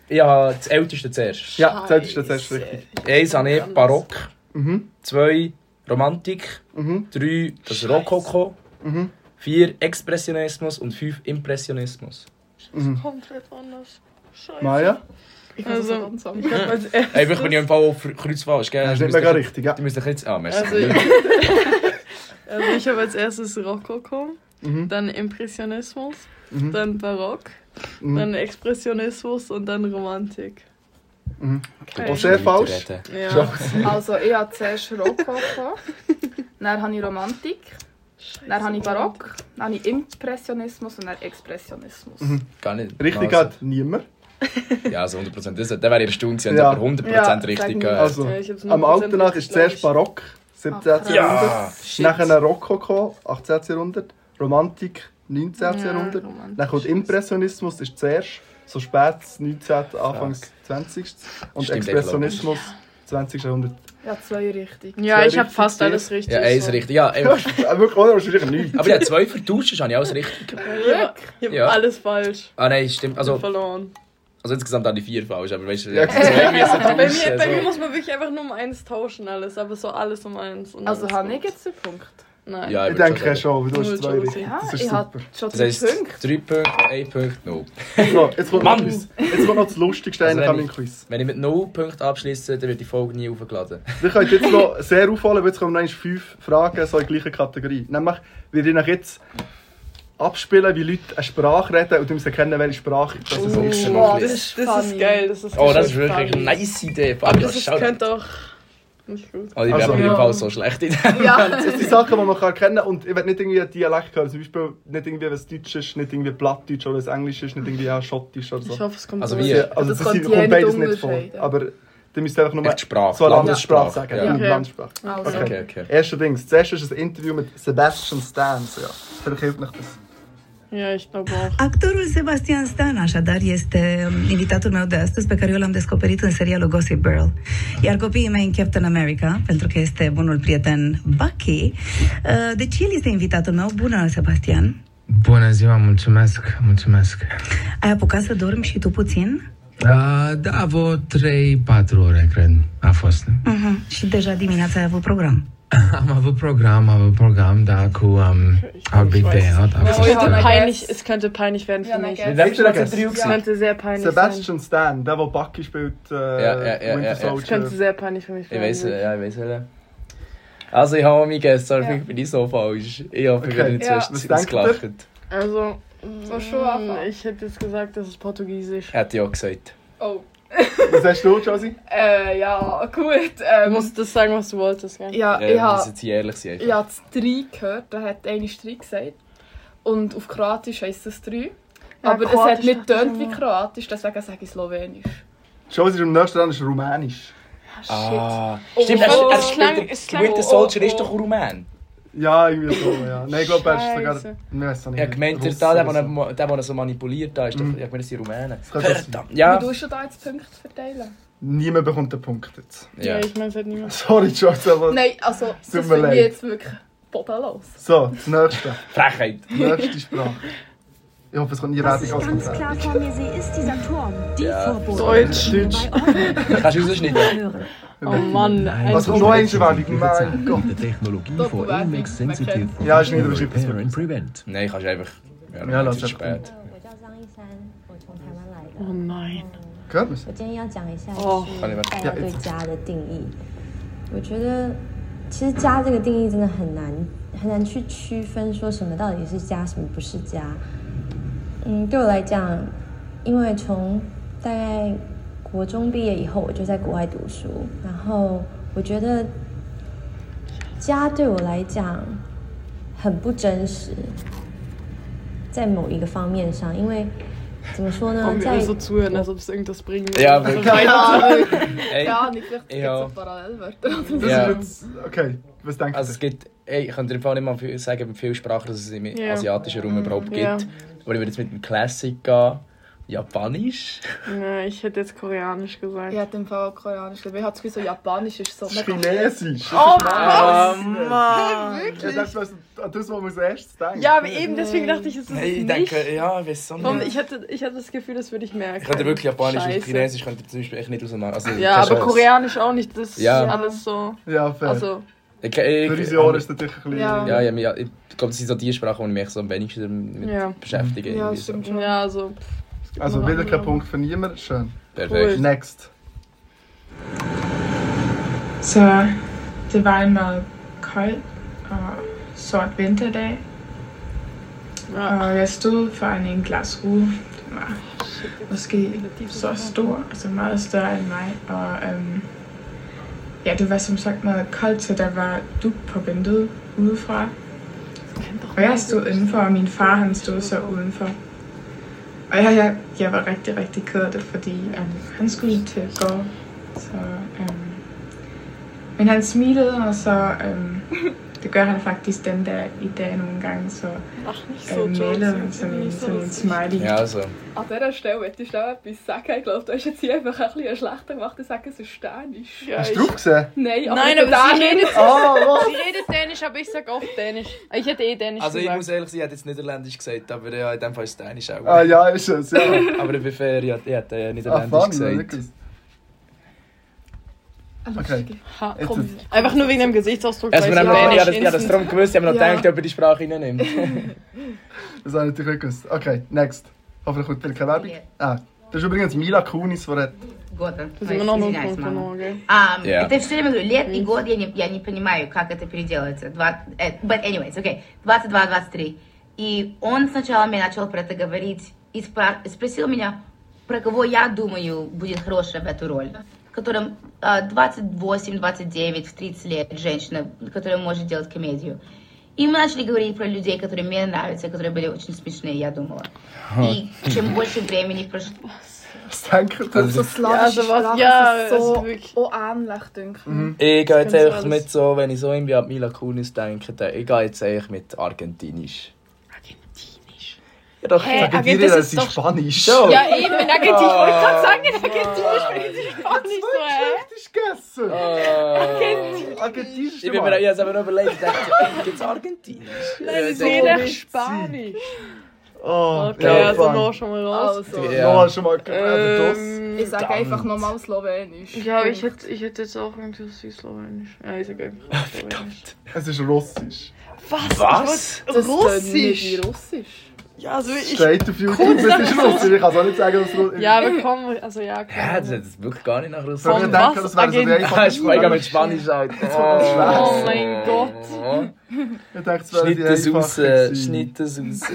[SPEAKER 5] ich habe das Älteste zuerst.
[SPEAKER 4] Ja, das ist das erst richtig.
[SPEAKER 5] Eins habe ich Barock,
[SPEAKER 4] Mhm.
[SPEAKER 5] zwei Romantik,
[SPEAKER 4] Mhm.
[SPEAKER 5] drei das Rokoko,
[SPEAKER 4] Mhm.
[SPEAKER 5] vier Expressionismus und fünf Impressionismus.
[SPEAKER 4] Mhm.
[SPEAKER 6] Komplett anders. Scheiße.
[SPEAKER 4] Maja?
[SPEAKER 7] Ich kann
[SPEAKER 6] Also,
[SPEAKER 7] so ganz anders.
[SPEAKER 6] ich hab als erstes-
[SPEAKER 5] Einfach bin ich im Fall auf Kreuzfahrt, gell?
[SPEAKER 4] Das ist
[SPEAKER 5] Du
[SPEAKER 4] nicht
[SPEAKER 5] musst
[SPEAKER 4] mega
[SPEAKER 5] dich-
[SPEAKER 4] richtig, ja.
[SPEAKER 5] Du musst dich jetzt... Ah, merci.
[SPEAKER 6] Also, ich, also ich habe als erstes Rokoko,
[SPEAKER 4] Mhm.
[SPEAKER 6] dann Impressionismus,
[SPEAKER 4] Mhm.
[SPEAKER 6] dann Barock,
[SPEAKER 4] Mhm.
[SPEAKER 6] dann Expressionismus und dann Romantik.
[SPEAKER 4] Mhm.
[SPEAKER 5] Du
[SPEAKER 4] Auch
[SPEAKER 5] musst
[SPEAKER 4] sehr
[SPEAKER 5] nicht
[SPEAKER 4] falsch.
[SPEAKER 5] reden.
[SPEAKER 6] Ja.
[SPEAKER 7] Also, ich habe zuerst Rokoko, dann habe ich Romantik, dann habe ich Barock, dann habe ich Impressionismus und dann Expressionismus.
[SPEAKER 5] Gar nicht.
[SPEAKER 4] Richtig
[SPEAKER 5] Also-
[SPEAKER 4] hat niemand.
[SPEAKER 5] Ja, also 100%. Das, dann wäre ich erstaunt gewesen,
[SPEAKER 4] Ja.
[SPEAKER 5] aber 100%
[SPEAKER 7] Ja, sag
[SPEAKER 5] richtig.
[SPEAKER 7] mir.
[SPEAKER 5] äh,
[SPEAKER 4] Also,
[SPEAKER 6] Ja, ich hab's
[SPEAKER 4] am
[SPEAKER 6] 100%
[SPEAKER 4] Alten nach ist
[SPEAKER 6] richtig,
[SPEAKER 4] zuerst
[SPEAKER 6] glaub
[SPEAKER 4] Barock,
[SPEAKER 6] Ah,
[SPEAKER 4] 17.
[SPEAKER 7] Ach, krass.
[SPEAKER 4] Jahrhundert.
[SPEAKER 5] Shit.
[SPEAKER 4] Nachher ein Rokoko, 18. Jahrhundert. Romantik, 19.
[SPEAKER 6] Ja,
[SPEAKER 4] Jahrhundert.
[SPEAKER 6] Romantik.
[SPEAKER 4] Dann kommt Impressionismus, ist zuerst. So spät 19. Anfangs 20. Und
[SPEAKER 5] Stimmt,
[SPEAKER 4] Expressionismus, 20. Jahrhundert.
[SPEAKER 7] Ja, zwei richtig.
[SPEAKER 6] Ja,
[SPEAKER 4] Zwei
[SPEAKER 6] ich habe
[SPEAKER 4] richtig,
[SPEAKER 6] fast
[SPEAKER 4] vier.
[SPEAKER 6] alles richtig.
[SPEAKER 5] Ja, eins
[SPEAKER 6] so.
[SPEAKER 5] richtig. Ja,
[SPEAKER 4] Ja,
[SPEAKER 5] ähm,
[SPEAKER 4] Wirklich, oder? Wahrscheinlich nichts.
[SPEAKER 5] aber ich habe zwei vertauscht, das habe ich alles richtig.
[SPEAKER 6] Ja, ich habe
[SPEAKER 5] Ja.
[SPEAKER 6] alles falsch.
[SPEAKER 5] Ah nein, stimmt.
[SPEAKER 6] Also,
[SPEAKER 5] Also,
[SPEAKER 6] verloren.
[SPEAKER 5] also insgesamt habe ich vier falsch, aber weißt du,
[SPEAKER 4] Ja,
[SPEAKER 5] ja, zwei müssen
[SPEAKER 6] Bei mir, bei mir
[SPEAKER 5] tauschen.
[SPEAKER 6] muss man wirklich einfach nur um eins tauschen alles, aber so alles um eins. und
[SPEAKER 7] Also
[SPEAKER 6] alles
[SPEAKER 7] habe ich
[SPEAKER 6] gut.
[SPEAKER 7] jetzt den Punkt.
[SPEAKER 5] so.
[SPEAKER 6] Nein.
[SPEAKER 5] Ja,
[SPEAKER 4] Ich
[SPEAKER 5] würd
[SPEAKER 4] denke
[SPEAKER 5] sagen.
[SPEAKER 4] schon, weil du
[SPEAKER 6] Ich
[SPEAKER 4] hast
[SPEAKER 6] würd
[SPEAKER 4] zwei
[SPEAKER 6] schon
[SPEAKER 4] richtig.
[SPEAKER 6] sagen.
[SPEAKER 7] Ja,
[SPEAKER 4] Das ist
[SPEAKER 7] ich
[SPEAKER 4] super.
[SPEAKER 7] habe schon
[SPEAKER 5] Das
[SPEAKER 7] drei
[SPEAKER 5] heisst,
[SPEAKER 7] Punkte.
[SPEAKER 5] drei Punkte, ein Punkt, null.
[SPEAKER 4] So, jetzt kommt noch
[SPEAKER 5] Mann!
[SPEAKER 4] das- jetzt kommt noch das lustigste
[SPEAKER 5] Also
[SPEAKER 4] also
[SPEAKER 5] wenn
[SPEAKER 4] an meinem
[SPEAKER 5] ich-
[SPEAKER 4] Quiz.
[SPEAKER 5] Wenn ich mit null Punkten abschließe, dann wird die Folge nie aufgeladen.
[SPEAKER 4] Wir können jetzt noch sehr aufholen, weil jetzt kommen noch einmal fünf Fragen so in der gleichen Kategorie. Nämlich werde ich euch jetzt abspielen, wie Leute eine Sprache reden und wir müssen erkennen, welche Sprache das ist.
[SPEAKER 5] Oh.
[SPEAKER 4] Und
[SPEAKER 5] Noch ein
[SPEAKER 6] das,
[SPEAKER 5] bisschen.
[SPEAKER 6] ist- das ist
[SPEAKER 7] Funny.
[SPEAKER 6] geil. Das ist
[SPEAKER 5] Oh, das ist
[SPEAKER 6] richtig
[SPEAKER 5] wirklich eine
[SPEAKER 6] funny.
[SPEAKER 5] nice Idee.
[SPEAKER 6] Aber
[SPEAKER 5] Aber
[SPEAKER 6] das ist,
[SPEAKER 5] schau.
[SPEAKER 6] könnte auch Das ist gut.
[SPEAKER 5] Also ich bin
[SPEAKER 4] Also-
[SPEAKER 5] aber im
[SPEAKER 1] Ja.
[SPEAKER 5] Fall so schlecht in dem.
[SPEAKER 1] Ja.
[SPEAKER 4] Das sind Sachen, die man kann erkennen kann. Und ich will nicht irgendwie einen Dialekt hören. Zum Beispiel nicht irgendwie, wenn es Deutsch ist, nicht irgendwie Plattdeutsch oder es Englisch ist, nicht irgendwie ja, Schottisch oder so.
[SPEAKER 7] Ich hoffe, es kommt
[SPEAKER 5] Also
[SPEAKER 6] durch.
[SPEAKER 5] wie-
[SPEAKER 4] Ja, also
[SPEAKER 7] Das
[SPEAKER 4] das,
[SPEAKER 7] kann
[SPEAKER 4] sind-
[SPEAKER 7] die
[SPEAKER 4] kommt beides
[SPEAKER 7] nicht
[SPEAKER 4] nicht vor.
[SPEAKER 7] unterscheiden.
[SPEAKER 4] Aber dann müsst ihr einfach nur
[SPEAKER 5] Echt Sprache,
[SPEAKER 4] so eine
[SPEAKER 5] Landessprache.
[SPEAKER 4] Landessprache sagen.
[SPEAKER 5] Ja.
[SPEAKER 4] Ja.
[SPEAKER 7] Okay.
[SPEAKER 4] Landessprache.
[SPEAKER 7] Also,
[SPEAKER 4] Okay.
[SPEAKER 5] Okay, okay.
[SPEAKER 4] Erster Dings. Zuerst ist ein Interview mit Sebastian Stans. Ja. Vielleicht hilft euch das.
[SPEAKER 6] Ja, ich glaube auch.
[SPEAKER 8] Actorul Sebastian Stan, așadar, este um, invitatul meu de astăzi, pe care eu l-am descoperit în serialul Gossip Girl. Iar copiii mei în Captain America, pentru că este bunul prieten Bucky, uh, deci el este invitatul meu. Bună, Sebastian!
[SPEAKER 9] Bună ziua, mulțumesc, mulțumesc.
[SPEAKER 8] Ai apucat să dormi și tu puțin?
[SPEAKER 9] Uh, da, vreo 3-4 ore, cred, a fost.
[SPEAKER 8] Uh-huh. Și deja dimineața ai avut program.
[SPEAKER 9] Am avut program, am avut program, da, cu um, I'll Be There. Da, a
[SPEAKER 7] Oh,
[SPEAKER 9] fost,
[SPEAKER 7] ich
[SPEAKER 6] Könnte
[SPEAKER 7] hab eine
[SPEAKER 9] uh,
[SPEAKER 6] peinlich,
[SPEAKER 7] Guess.
[SPEAKER 6] es könnte peinlich werden
[SPEAKER 7] Ja,
[SPEAKER 6] für
[SPEAKER 7] eine
[SPEAKER 6] mich.
[SPEAKER 7] Guess.
[SPEAKER 5] Das ist schon ein
[SPEAKER 4] Guess.
[SPEAKER 5] Interview
[SPEAKER 7] Es könnte sehr peinlich sein.
[SPEAKER 4] Sebastian Stan, der, der Bucky spielt, äh,
[SPEAKER 5] Ja, ja, ja, ja,
[SPEAKER 4] Winter
[SPEAKER 5] ja.
[SPEAKER 6] Es
[SPEAKER 4] Soldier.
[SPEAKER 6] könnte sehr peinlich für mich
[SPEAKER 5] Ich
[SPEAKER 6] werden.
[SPEAKER 5] weiß, ja, ich weiß welche. Also ich habe mich gestern,
[SPEAKER 7] Ja.
[SPEAKER 5] vielleicht bin ich so falsch. Ich habe
[SPEAKER 4] Okay.
[SPEAKER 5] okay. wieder
[SPEAKER 7] Ja.
[SPEAKER 5] zuerst
[SPEAKER 4] Was
[SPEAKER 5] ja.
[SPEAKER 4] denkt ihr?
[SPEAKER 5] ausgelacht.
[SPEAKER 6] Also,
[SPEAKER 7] So
[SPEAKER 4] Mhm.
[SPEAKER 7] schon anfangen.
[SPEAKER 6] ich hätte jetzt gesagt, das ist Portugiesisch.
[SPEAKER 5] Hätte ich auch gesagt.
[SPEAKER 7] Oh.
[SPEAKER 4] Was hast du, Josie?
[SPEAKER 7] Äh, ja, gut.
[SPEAKER 6] Du
[SPEAKER 7] Ähm,
[SPEAKER 6] musst das sagen, was du wolltest, gell?
[SPEAKER 7] ja,
[SPEAKER 5] Äh,
[SPEAKER 7] ich
[SPEAKER 5] ja. Muss
[SPEAKER 7] habe
[SPEAKER 5] jetzt hier ehrlich sein.
[SPEAKER 7] ich hab das 3 gehört. Da hat eine 3 gesagt. Und auf Kroatisch heisst es 3. Aber es hat
[SPEAKER 6] Kroatisch
[SPEAKER 7] nicht
[SPEAKER 6] dachte ich
[SPEAKER 7] tönt wie
[SPEAKER 6] immer.
[SPEAKER 7] Kroatisch, deswegen sage ich Slowenisch.
[SPEAKER 4] Josie ist am nächsten dran, ist Rumänisch.
[SPEAKER 5] Ah,
[SPEAKER 7] Oh.
[SPEAKER 5] stimmt,
[SPEAKER 7] Oh.
[SPEAKER 5] er, er
[SPEAKER 7] Es
[SPEAKER 6] klang-
[SPEAKER 5] spielt,
[SPEAKER 6] es
[SPEAKER 5] es
[SPEAKER 6] klang-
[SPEAKER 5] Winter
[SPEAKER 7] oh,
[SPEAKER 5] Soldier
[SPEAKER 7] oh,
[SPEAKER 5] ist doch
[SPEAKER 7] oh.
[SPEAKER 5] Rumän.
[SPEAKER 4] Mhm. Ja, irgendwie so, ja. Nein, ich glaube, er ist sogar...
[SPEAKER 6] Scheiße.
[SPEAKER 4] Ich weiß auch nicht.
[SPEAKER 5] Ich habe gemeint, der,
[SPEAKER 4] Russ
[SPEAKER 5] der,
[SPEAKER 4] oder
[SPEAKER 5] der, der, der er so manipuliert hat, ist doch,
[SPEAKER 4] Mhm.
[SPEAKER 5] ich habe gemeint, das sind Rumänen.
[SPEAKER 4] könnte sein.
[SPEAKER 5] Verdammt,
[SPEAKER 7] Wie
[SPEAKER 5] ja.
[SPEAKER 7] tust du da jetzt Punkte verteilen?
[SPEAKER 4] Niemand bekommt den Punkt jetzt.
[SPEAKER 5] ja.
[SPEAKER 6] ich halt meine, es hat niemand.
[SPEAKER 4] Sorry, Josie, aber...
[SPEAKER 7] Nein, also,
[SPEAKER 4] mir
[SPEAKER 7] das finde
[SPEAKER 4] leid.
[SPEAKER 7] ich jetzt wirklich bodenlos.
[SPEAKER 4] So, das nächste.
[SPEAKER 5] Frechheit.
[SPEAKER 4] Nächste Sprache. Ich hoffe, es kommt nie
[SPEAKER 3] Was
[SPEAKER 4] Rätig
[SPEAKER 3] ich ganz klar vor mir sehe, ist dieser Turm. Die
[SPEAKER 5] Ja.
[SPEAKER 3] Vorbote.
[SPEAKER 4] Deutsch.
[SPEAKER 5] Kannst du rausschneiden?
[SPEAKER 3] Hören.
[SPEAKER 6] Oh Mann, ein
[SPEAKER 4] Was kommt noch eins Werbung?
[SPEAKER 9] Exact.
[SPEAKER 4] Mein Gott.
[SPEAKER 10] Technologie
[SPEAKER 7] Doppelwerbung,
[SPEAKER 10] for Inmax
[SPEAKER 7] man
[SPEAKER 10] Sensitive
[SPEAKER 7] kennt's.
[SPEAKER 4] Ja, ist nicht überschrieben, das
[SPEAKER 10] Parent Prevent.
[SPEAKER 5] Nein, kannst du einfach. Ja,
[SPEAKER 4] Ja, lass
[SPEAKER 5] es ist
[SPEAKER 4] einfach.
[SPEAKER 5] spät.
[SPEAKER 6] 哦 nein.
[SPEAKER 4] Gehört man es?
[SPEAKER 11] 我今天要讲一下，
[SPEAKER 6] 哦
[SPEAKER 11] 就是
[SPEAKER 5] 快点吧
[SPEAKER 11] 大家对家的定义。我觉得，其实家这个定义真的很难，很难去区分说什么到底是家，什么不是家。嗯，对我来讲，因为从大概国中毕业以后，我就在国外读书，然后我觉得家对我来讲很不真实，在某一个方面上，因为怎么说呢，
[SPEAKER 6] Warum wir
[SPEAKER 11] 在
[SPEAKER 6] alle so zuhören, als ob es irgendwas bringt.
[SPEAKER 5] Ja,
[SPEAKER 6] Also,
[SPEAKER 5] wirklich.
[SPEAKER 7] Keine
[SPEAKER 5] Ey,
[SPEAKER 7] Ahnung, vielleicht gibt es
[SPEAKER 5] Ja.
[SPEAKER 7] ein Parallelwörter.
[SPEAKER 5] ja.
[SPEAKER 4] Okay, was denkt
[SPEAKER 5] Also es
[SPEAKER 4] ihr?
[SPEAKER 5] gibt, ey, ich könnte im Fall nicht mal viel sagen, wie viele Sprachen es im
[SPEAKER 6] Ja.
[SPEAKER 5] asiatischen Raum überhaupt gibt.
[SPEAKER 6] Ja.
[SPEAKER 5] Aber ich würde jetzt mit dem Classic gehen. Japanisch?
[SPEAKER 6] nee, ich hätte jetzt Koreanisch gesagt.
[SPEAKER 7] Ich hatte im Fall auch Koreanisch gelernt. Ich habe das Gefühl, so Japanisch ist so...
[SPEAKER 4] Das ist Chinesisch. Das
[SPEAKER 7] Oh
[SPEAKER 4] ist
[SPEAKER 5] Ah.
[SPEAKER 7] was?
[SPEAKER 5] Ähm, Mann!
[SPEAKER 4] Ich dachte, das ist an das, was man als erstes denkt.
[SPEAKER 6] Ja, aber eben, deswegen dachte ich, es ist
[SPEAKER 5] Hey, ich
[SPEAKER 6] nicht.
[SPEAKER 5] denke, ja, ich weiß auch
[SPEAKER 6] Warum?
[SPEAKER 5] nicht.
[SPEAKER 6] Ich, hatte, ich hatte das Gefühl, das würde ich merken.
[SPEAKER 5] Ich könnte wirklich Japanisch und
[SPEAKER 6] Scheiße.
[SPEAKER 5] Chinesisch könnte ich zum Beispiel echt nicht auseinander. Also,
[SPEAKER 6] Ja,
[SPEAKER 5] keine
[SPEAKER 6] aber
[SPEAKER 5] Chance.
[SPEAKER 6] Koreanisch auch nicht. Das
[SPEAKER 5] Ja.
[SPEAKER 6] ist alles so.
[SPEAKER 4] Ja, fair.
[SPEAKER 6] Also,
[SPEAKER 5] Ich,
[SPEAKER 4] Für
[SPEAKER 5] ich, ich,
[SPEAKER 4] unsere Ohren ist das natürlich ein bisschen...
[SPEAKER 7] Ja.
[SPEAKER 5] ja, ja, ja, ich glaube, das sind so die Sprachen, die ich mich so am wenigsten damit
[SPEAKER 6] Ja.
[SPEAKER 5] beschäftige.
[SPEAKER 7] Ja,
[SPEAKER 5] irgendwie
[SPEAKER 7] stimmt schon.
[SPEAKER 6] ja, so.
[SPEAKER 4] Also wieder kein Punkt für niemand. Schön.
[SPEAKER 5] So. Perfekt.
[SPEAKER 4] Next.
[SPEAKER 1] So, det var en meget kold og sort vinterdag,
[SPEAKER 6] Ja.
[SPEAKER 1] og jeg stod foran en glas uge. Den var måske så stor, altså meget større end mig, og øhm, ja, det var som sagt meget koldt, så der var duk på vinduet udefra. Og jeg stod indenfor, og min far han stod så udenfor. Og jeg, jeg, jeg var rigtig, rigtig ked af det, fordi øhm, han skulle til at gå. Så, øhm, men han smilede, og så øhm, det gør han faktisk den halt der i dag nogle gange, så
[SPEAKER 6] Ach, nicht so,
[SPEAKER 1] øh,
[SPEAKER 6] Jones.
[SPEAKER 1] malede han
[SPEAKER 6] Ich
[SPEAKER 1] sådan
[SPEAKER 6] bin
[SPEAKER 7] ähm,
[SPEAKER 1] en,
[SPEAKER 6] nicht so
[SPEAKER 1] sådan en
[SPEAKER 6] lustig.
[SPEAKER 1] smiley.
[SPEAKER 5] Ja, also.
[SPEAKER 7] An dieser Stelle möchte ich schnell etwas sagen. Ich glaube, du hast jetzt hier einfach ein bisschen schlechter gemacht und sagen, es ist Dänisch.
[SPEAKER 6] Ja,
[SPEAKER 4] Hast
[SPEAKER 6] ich,
[SPEAKER 4] du drauf gesehen?
[SPEAKER 7] Nein, aber
[SPEAKER 6] Nein,
[SPEAKER 7] ich bin
[SPEAKER 6] aber sie
[SPEAKER 7] Dänin.
[SPEAKER 6] redet,
[SPEAKER 4] Ah, was?
[SPEAKER 6] sie redet Dänisch, aber ich sag auch Dänisch. Ich hätte eh Dänisch
[SPEAKER 5] Also ich
[SPEAKER 6] gesagt.
[SPEAKER 5] muss ehrlich sein, ich hätte jetzt Niederländisch gesagt, aber ja, in dem Fall ist es Dänisch auch.
[SPEAKER 4] Ah ja, ist es. Ja.
[SPEAKER 5] Aber ich bin fair, ich hätte- ich hätte äh,
[SPEAKER 4] Ah,
[SPEAKER 5] Niederländisch
[SPEAKER 4] fun.
[SPEAKER 5] gesagt.
[SPEAKER 4] wirklich. Okay.
[SPEAKER 6] Ha,
[SPEAKER 4] Jetzt
[SPEAKER 6] komm.
[SPEAKER 4] ist-
[SPEAKER 6] Einfach nur wegen dem Gesichtsausdruck.
[SPEAKER 5] Also, wir
[SPEAKER 6] weiß
[SPEAKER 5] haben
[SPEAKER 6] ich
[SPEAKER 5] noch, ich
[SPEAKER 6] Dänisch
[SPEAKER 5] habe das, ich habe das
[SPEAKER 6] instant.
[SPEAKER 5] darum gewusst, ich habe mir noch
[SPEAKER 7] Ja.
[SPEAKER 5] gedacht, ob er die Sprache reinnimmt.
[SPEAKER 4] Das habe ich natürlich nicht gewusst. Okay, next. Hoffentlich kommt wieder keine Werbung. Ah, das ist übrigens Mila Kunis, die hat...
[SPEAKER 6] Das sind immer noch nur Punkte, noch, gell?
[SPEAKER 5] Um, yeah.
[SPEAKER 8] А, Ты все время говорю, лет и год, я не, я не понимаю, как это переделается. Два, э, but anyways, okay, 22-23. И он сначала мне начал про это говорить и спра- спросил меня, про кого я думаю будет хорошая в эту роль.
[SPEAKER 10] которым а, 28, 29, в 30 лет женщина, которая может делать комедию. И мы начали говорить про людей, которые мне нравятся, которые были очень смешные, я думала. И чем больше времени прошло...
[SPEAKER 4] Danke.
[SPEAKER 7] So slawische
[SPEAKER 6] Ja, also was-
[SPEAKER 7] Sprachen
[SPEAKER 6] ja,
[SPEAKER 7] sind so
[SPEAKER 6] also
[SPEAKER 7] auch ähnlich, denke ich.
[SPEAKER 5] Ich gehe jetzt
[SPEAKER 7] Kennst du
[SPEAKER 5] einfach
[SPEAKER 7] alles?
[SPEAKER 5] mit so, wenn ich so irgendwie an Mila Kunis denke, dann, ich gehe jetzt eigentlich mit Argentinisch. Argentinisch? Ja, doch.
[SPEAKER 4] Hey,
[SPEAKER 5] Sagen
[SPEAKER 4] Argentin-
[SPEAKER 5] die,
[SPEAKER 4] das
[SPEAKER 5] dass
[SPEAKER 4] ist
[SPEAKER 5] sie
[SPEAKER 4] doch-
[SPEAKER 5] Spanisch.
[SPEAKER 4] Ja,
[SPEAKER 5] Schon.
[SPEAKER 4] eben, Argentin- ich wollte gerade sagen,
[SPEAKER 5] Argentinisch.
[SPEAKER 4] Argentinisch.
[SPEAKER 5] Ah. Ich bin mir ich hab's aber noch überlegt, ich dachte, gibt's Argentinisch?
[SPEAKER 6] Nein,
[SPEAKER 5] Ja,
[SPEAKER 6] ich
[SPEAKER 5] so
[SPEAKER 6] sehe nach
[SPEAKER 5] witzig.
[SPEAKER 6] Spanisch.
[SPEAKER 4] Oh,
[SPEAKER 6] Okay, also noch schon mal raus.
[SPEAKER 4] Also, Noah schon mal gehört,
[SPEAKER 6] Ähm,
[SPEAKER 7] Ich sage einfach nochmal Slowenisch.
[SPEAKER 6] Ja, ich hätte, ich hätte jetzt auch irgendwas wie Slowenisch. Ja, ich sag einfach Slowenisch.
[SPEAKER 4] Es ist Russisch.
[SPEAKER 6] Was?
[SPEAKER 4] Was?
[SPEAKER 6] Ich wollte
[SPEAKER 7] tönt nicht
[SPEAKER 6] Russisch?
[SPEAKER 7] wie Russisch.
[SPEAKER 6] Ja, also ich...
[SPEAKER 4] Steht auf YouTube,
[SPEAKER 6] Kurz
[SPEAKER 4] es ist Russisch. Ich kann es auch nicht sagen, dass es Russisch
[SPEAKER 6] Ja, aber komm, also ja, komm.
[SPEAKER 5] Ja, das hat jetzt wirklich gar nicht nach
[SPEAKER 4] Von
[SPEAKER 5] Russisch.
[SPEAKER 4] Von was? denken, das wäre so Agent- der einfache
[SPEAKER 5] Ich gehe mit Spanisch, Alter.
[SPEAKER 6] Oh mein Gott.
[SPEAKER 4] Ich dachte, es wäre
[SPEAKER 5] Schneid
[SPEAKER 4] die
[SPEAKER 5] das
[SPEAKER 4] einfache
[SPEAKER 5] raus, äh,
[SPEAKER 4] gewesen.
[SPEAKER 5] schneid das raus.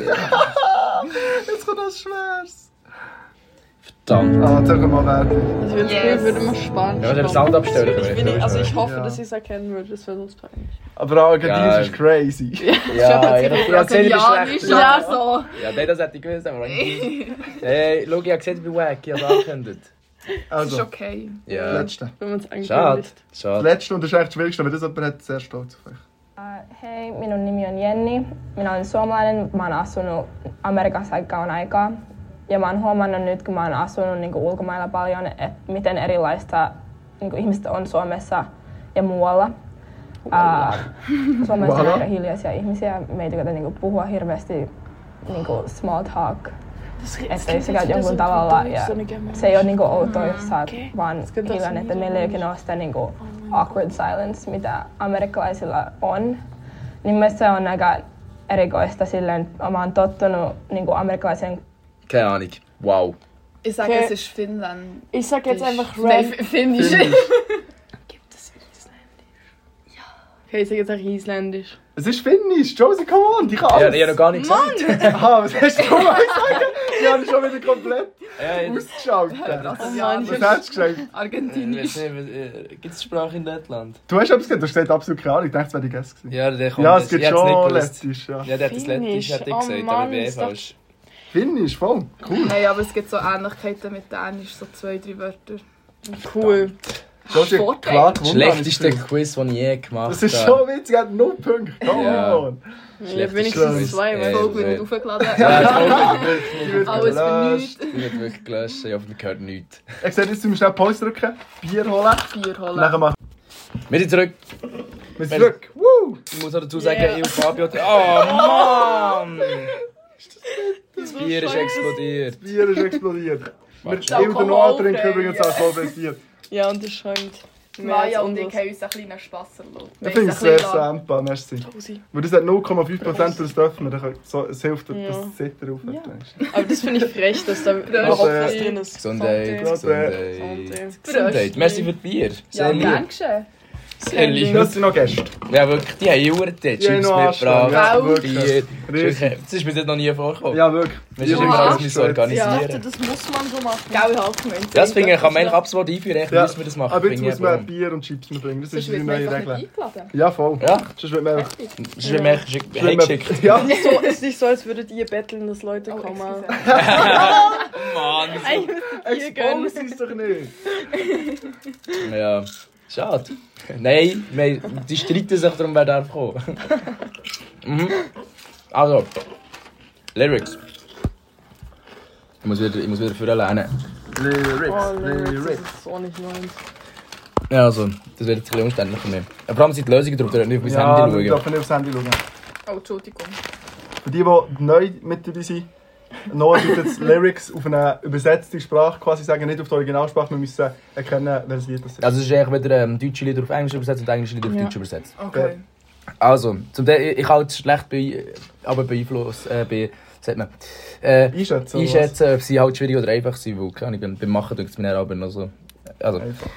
[SPEAKER 4] Jetzt kommt das Schweres.
[SPEAKER 5] Verdammt.
[SPEAKER 4] Ah, jetzt sagen wir mal Werbung.
[SPEAKER 6] Also wenn es
[SPEAKER 10] Yes.
[SPEAKER 6] yes. würde man
[SPEAKER 5] Ja,
[SPEAKER 6] Spanisch
[SPEAKER 5] wir haben
[SPEAKER 6] kommen.
[SPEAKER 5] Sound abstellen,
[SPEAKER 6] Ich
[SPEAKER 5] aber
[SPEAKER 6] bin
[SPEAKER 5] ich
[SPEAKER 6] nicht, also
[SPEAKER 5] glaube,
[SPEAKER 6] ich hoffe,
[SPEAKER 4] ja.
[SPEAKER 6] dass ich es erkennen würde, das wäre sonst peinlich.
[SPEAKER 4] Aber
[SPEAKER 5] Geil.
[SPEAKER 4] Argentinisch ist crazy.
[SPEAKER 5] Ja, ich habe
[SPEAKER 7] Also
[SPEAKER 5] gesehen, ich
[SPEAKER 7] ja,
[SPEAKER 6] Oh,
[SPEAKER 5] bin
[SPEAKER 7] nicht
[SPEAKER 5] schlecht.
[SPEAKER 7] ja, so.
[SPEAKER 5] Ja, nein, das hätte ich gewusst, aber eigentlich. Hey, schau, ich habe gesehen, ich bin wack, ich habe angekündigt.
[SPEAKER 7] Das ist
[SPEAKER 4] Also,
[SPEAKER 7] okay.
[SPEAKER 5] Ja.
[SPEAKER 4] letzte.
[SPEAKER 6] Wenn man es
[SPEAKER 5] Schade.
[SPEAKER 6] angekündigt.
[SPEAKER 4] Das
[SPEAKER 5] Schade.
[SPEAKER 4] letzte und das ist eigentlich das Schwierigste, weil das jemand hat sehr stolz auf euch.
[SPEAKER 12] Äh, Hei, minun nimi on Jenni. Minä olen suomalainen. Mä oon asunut Amerikassa aikaan aikaa. Ja mä oon huomannut nyt, kun mä oon asunut niin ulkomailla paljon, että miten erilaista niin ihmiset on Suomessa ja muualla. Ää, Suomessa on
[SPEAKER 4] Muualla?
[SPEAKER 12] aika hiljaisia ihmisiä. Me ei tykätä niin puhua hirveästi niin small talk.
[SPEAKER 6] Das,
[SPEAKER 12] Että jos sä käyt jonkun tavalla ja se ei ole niin
[SPEAKER 7] Mm,
[SPEAKER 12] outoa, jos sä oot
[SPEAKER 6] okei.
[SPEAKER 12] vaan
[SPEAKER 6] kyllä tässä
[SPEAKER 12] hiljainen, että
[SPEAKER 6] on
[SPEAKER 12] meillä ei oikein ole sitä niin awkward silence, mitä amerikkalaisilla on. Niin mielestäni se on aika erikoista silleen, että mä oon tottunut niin amerikkalaisen
[SPEAKER 5] Keine Ahnung. Wow.
[SPEAKER 7] Ich sage,
[SPEAKER 6] Okay.
[SPEAKER 7] es ist Finnland.
[SPEAKER 6] Ich sag jetzt einfach
[SPEAKER 7] Nein,
[SPEAKER 6] Red.
[SPEAKER 7] F- Finnisch.
[SPEAKER 6] Gibt es Isländisch? Ja. Okay, ich sag jetzt auch Isländisch.
[SPEAKER 4] Es ist Finnisch, Josie, come on, die kann
[SPEAKER 5] Ich
[SPEAKER 4] alles.
[SPEAKER 5] habe noch gar nicht gesagt.
[SPEAKER 4] Aha, was hast du gesagt? Die habe ich schon wieder komplett
[SPEAKER 5] Ja, ja, das-
[SPEAKER 4] ausgeschaltet.
[SPEAKER 7] Also,
[SPEAKER 6] Oh
[SPEAKER 7] ja,
[SPEAKER 6] Mann,
[SPEAKER 4] Was hast du gesagt?
[SPEAKER 5] Ich weiß
[SPEAKER 7] Argentinisch.
[SPEAKER 5] nicht, was- äh, Gibt es Sprache in Lettland?
[SPEAKER 4] Du hast etwas gesagt, da steht absolut keine Ahnung. Ich dachte, es wäre die Gäste gewesen.
[SPEAKER 5] Ja, der
[SPEAKER 4] Ja, es gibt
[SPEAKER 5] ich hab's nicht
[SPEAKER 4] schon
[SPEAKER 5] gewusst.
[SPEAKER 4] Lettisch. Ja.
[SPEAKER 5] Ja, der hat das Lettisch
[SPEAKER 6] Finnisch.
[SPEAKER 5] hätte ich
[SPEAKER 6] Oh
[SPEAKER 5] gesagt, aber
[SPEAKER 6] Mann,
[SPEAKER 5] ich bin
[SPEAKER 6] ist doch-
[SPEAKER 5] falsch.
[SPEAKER 4] Finnisch, voll. Cool.
[SPEAKER 7] Nein, aber es gibt so Ähnlichkeiten mit Dänisch, so zwei, drei Wörter.
[SPEAKER 6] Cool.
[SPEAKER 4] Josie,
[SPEAKER 7] Vorteil.
[SPEAKER 4] klar gewonnen.
[SPEAKER 5] Schlechteste Quiz, den ich je gemacht habe.
[SPEAKER 4] Das ist schon witzig, er hat null Punkte. Come
[SPEAKER 5] Ja.
[SPEAKER 4] on.
[SPEAKER 6] Ja,
[SPEAKER 5] Quiz.
[SPEAKER 6] wenigstens zwei.
[SPEAKER 5] Ja,
[SPEAKER 6] weil-
[SPEAKER 7] Folge wird
[SPEAKER 5] ja,
[SPEAKER 7] nicht aufgeladen.
[SPEAKER 5] Ja, das Folge wird wirklich
[SPEAKER 4] Die
[SPEAKER 5] nicht
[SPEAKER 4] wird
[SPEAKER 7] Alles für
[SPEAKER 4] gelöscht.
[SPEAKER 7] nichts.
[SPEAKER 5] Ich werde wirklich gelöscht, ja, aber man hört nichts.
[SPEAKER 4] Ich sehe jetzt, müssen wir schnell Pause drücken, Bier holen.
[SPEAKER 7] Bier
[SPEAKER 4] Und dann
[SPEAKER 7] holen.
[SPEAKER 4] machen
[SPEAKER 5] Wir sind zurück.
[SPEAKER 4] wir zurück. Woo!
[SPEAKER 5] Ich muss auch dazu sagen, ich und Fabio... Oh, Mann! Das Bier ist explodiert.
[SPEAKER 4] Das Bier ist explodiert. Wir
[SPEAKER 5] Warte.
[SPEAKER 4] trinken noch trinken übrigens alkoholbasiert.
[SPEAKER 6] Ja, und das schäumt.
[SPEAKER 7] Maja und ich haben uns einen kleinen Spass erlaubt.
[SPEAKER 4] Ich finde es sehr sampa, merci.
[SPEAKER 6] Tausend.
[SPEAKER 4] Weil das hat 0,5% das dürfen wir. dann können- so- Es hilft,
[SPEAKER 6] Ja.
[SPEAKER 4] dass das Zitter aufhört. weisst du.
[SPEAKER 6] Aber das finde ich frech, dass da überhaupt
[SPEAKER 4] Prost.
[SPEAKER 6] was drin ist.
[SPEAKER 5] Gesundheit,
[SPEAKER 4] Gesundheit.
[SPEAKER 5] Gesundheit.
[SPEAKER 6] Gesundheit.
[SPEAKER 5] Gesundheit. Merci für das Bier.
[SPEAKER 7] Ja,
[SPEAKER 5] Sehr
[SPEAKER 7] gern
[SPEAKER 5] lieb.
[SPEAKER 7] geschehen.
[SPEAKER 5] Sehr lieb.
[SPEAKER 4] Das sind noch Gäste.
[SPEAKER 5] Ja, wirklich, die haben eh Jura die
[SPEAKER 4] Die haben
[SPEAKER 5] Chips
[SPEAKER 4] noch Anstand,
[SPEAKER 5] mitgebracht.
[SPEAKER 4] ja,
[SPEAKER 5] Bier.
[SPEAKER 4] wirklich. Riesig.
[SPEAKER 5] Das ist mir jetzt noch nie vorgekommen.
[SPEAKER 4] Ja, wirklich.
[SPEAKER 5] Wir müssen
[SPEAKER 4] Ja,
[SPEAKER 5] immer alles
[SPEAKER 4] absolut.
[SPEAKER 5] müssen
[SPEAKER 6] Ich dachte,
[SPEAKER 5] organisieren.
[SPEAKER 6] das muss man so machen.
[SPEAKER 7] Gell, ich habe gemeint.
[SPEAKER 5] Das finde ich, kann man eigentlich absolut einführen. Eigentlich
[SPEAKER 4] Ja.
[SPEAKER 5] müssen wir das machen.
[SPEAKER 4] Aber jetzt
[SPEAKER 5] Finde ich
[SPEAKER 4] muss man
[SPEAKER 5] auch.
[SPEAKER 4] Bier und Chips mitbringen. Das ist
[SPEAKER 7] Sonst
[SPEAKER 4] die
[SPEAKER 7] wird man
[SPEAKER 4] neue
[SPEAKER 7] einfach nicht
[SPEAKER 4] Regel.
[SPEAKER 7] eingeladen.
[SPEAKER 4] Ja, voll.
[SPEAKER 5] Ja.
[SPEAKER 4] Sonst wird man einfach...
[SPEAKER 5] Das ist mir echt geschickt. Hey, geschickt.
[SPEAKER 4] Ja.
[SPEAKER 6] So, es ist nicht so, als würdet ihr betteln, dass Leute
[SPEAKER 7] Oh,
[SPEAKER 6] kommen. Also,
[SPEAKER 7] excuse.
[SPEAKER 5] Mann.
[SPEAKER 6] Ihr
[SPEAKER 7] Genau.
[SPEAKER 6] gönnt.
[SPEAKER 4] Expose Oh, ist doch nicht.
[SPEAKER 5] Ja, schade. Nein, wir- die streiten sich darum, wer darf kommen. mhm. Also, Lyrics. Ich muss wieder, ich muss wieder für alleine.
[SPEAKER 4] Lyrics,
[SPEAKER 6] Oh, Lyrics, das
[SPEAKER 4] Lyrics.
[SPEAKER 6] ist auch nicht meins.
[SPEAKER 5] Ja, also, das wird jetzt ein bisschen umständlich für mich. Ja, vor allem sind die Lösungen drauf, da nicht auf mein
[SPEAKER 4] Ja, wir
[SPEAKER 5] Handy schauen.
[SPEAKER 4] dürfen nicht aufs Handy schauen.
[SPEAKER 7] Oh, Entschuldigung.
[SPEAKER 4] Für die, die neu mit dabei sind, Noah tut jetzt Lyrics auf eine übersetzte Sprache quasi sagen, nicht auf die Originalsprache. Wir müssen erkennen, welches Lied das ist.
[SPEAKER 5] Also, es ist eigentlich wieder ähm, deutsche Lieder auf Englisch übersetzt und englische Lieder auf Deutsch übersetzt.
[SPEAKER 4] Okay.
[SPEAKER 5] Also, zum Teil, ich halte es schlecht bei, aber beeinflusst, äh, bei, sagt man, äh,
[SPEAKER 4] Einschätzen. oder was?
[SPEAKER 5] einschätzen, ob sie halt schwierig oder einfach sind, weil, keine Ahnung, beim- beim Machen tut es mir dann aber noch so. Also,
[SPEAKER 4] Einfach.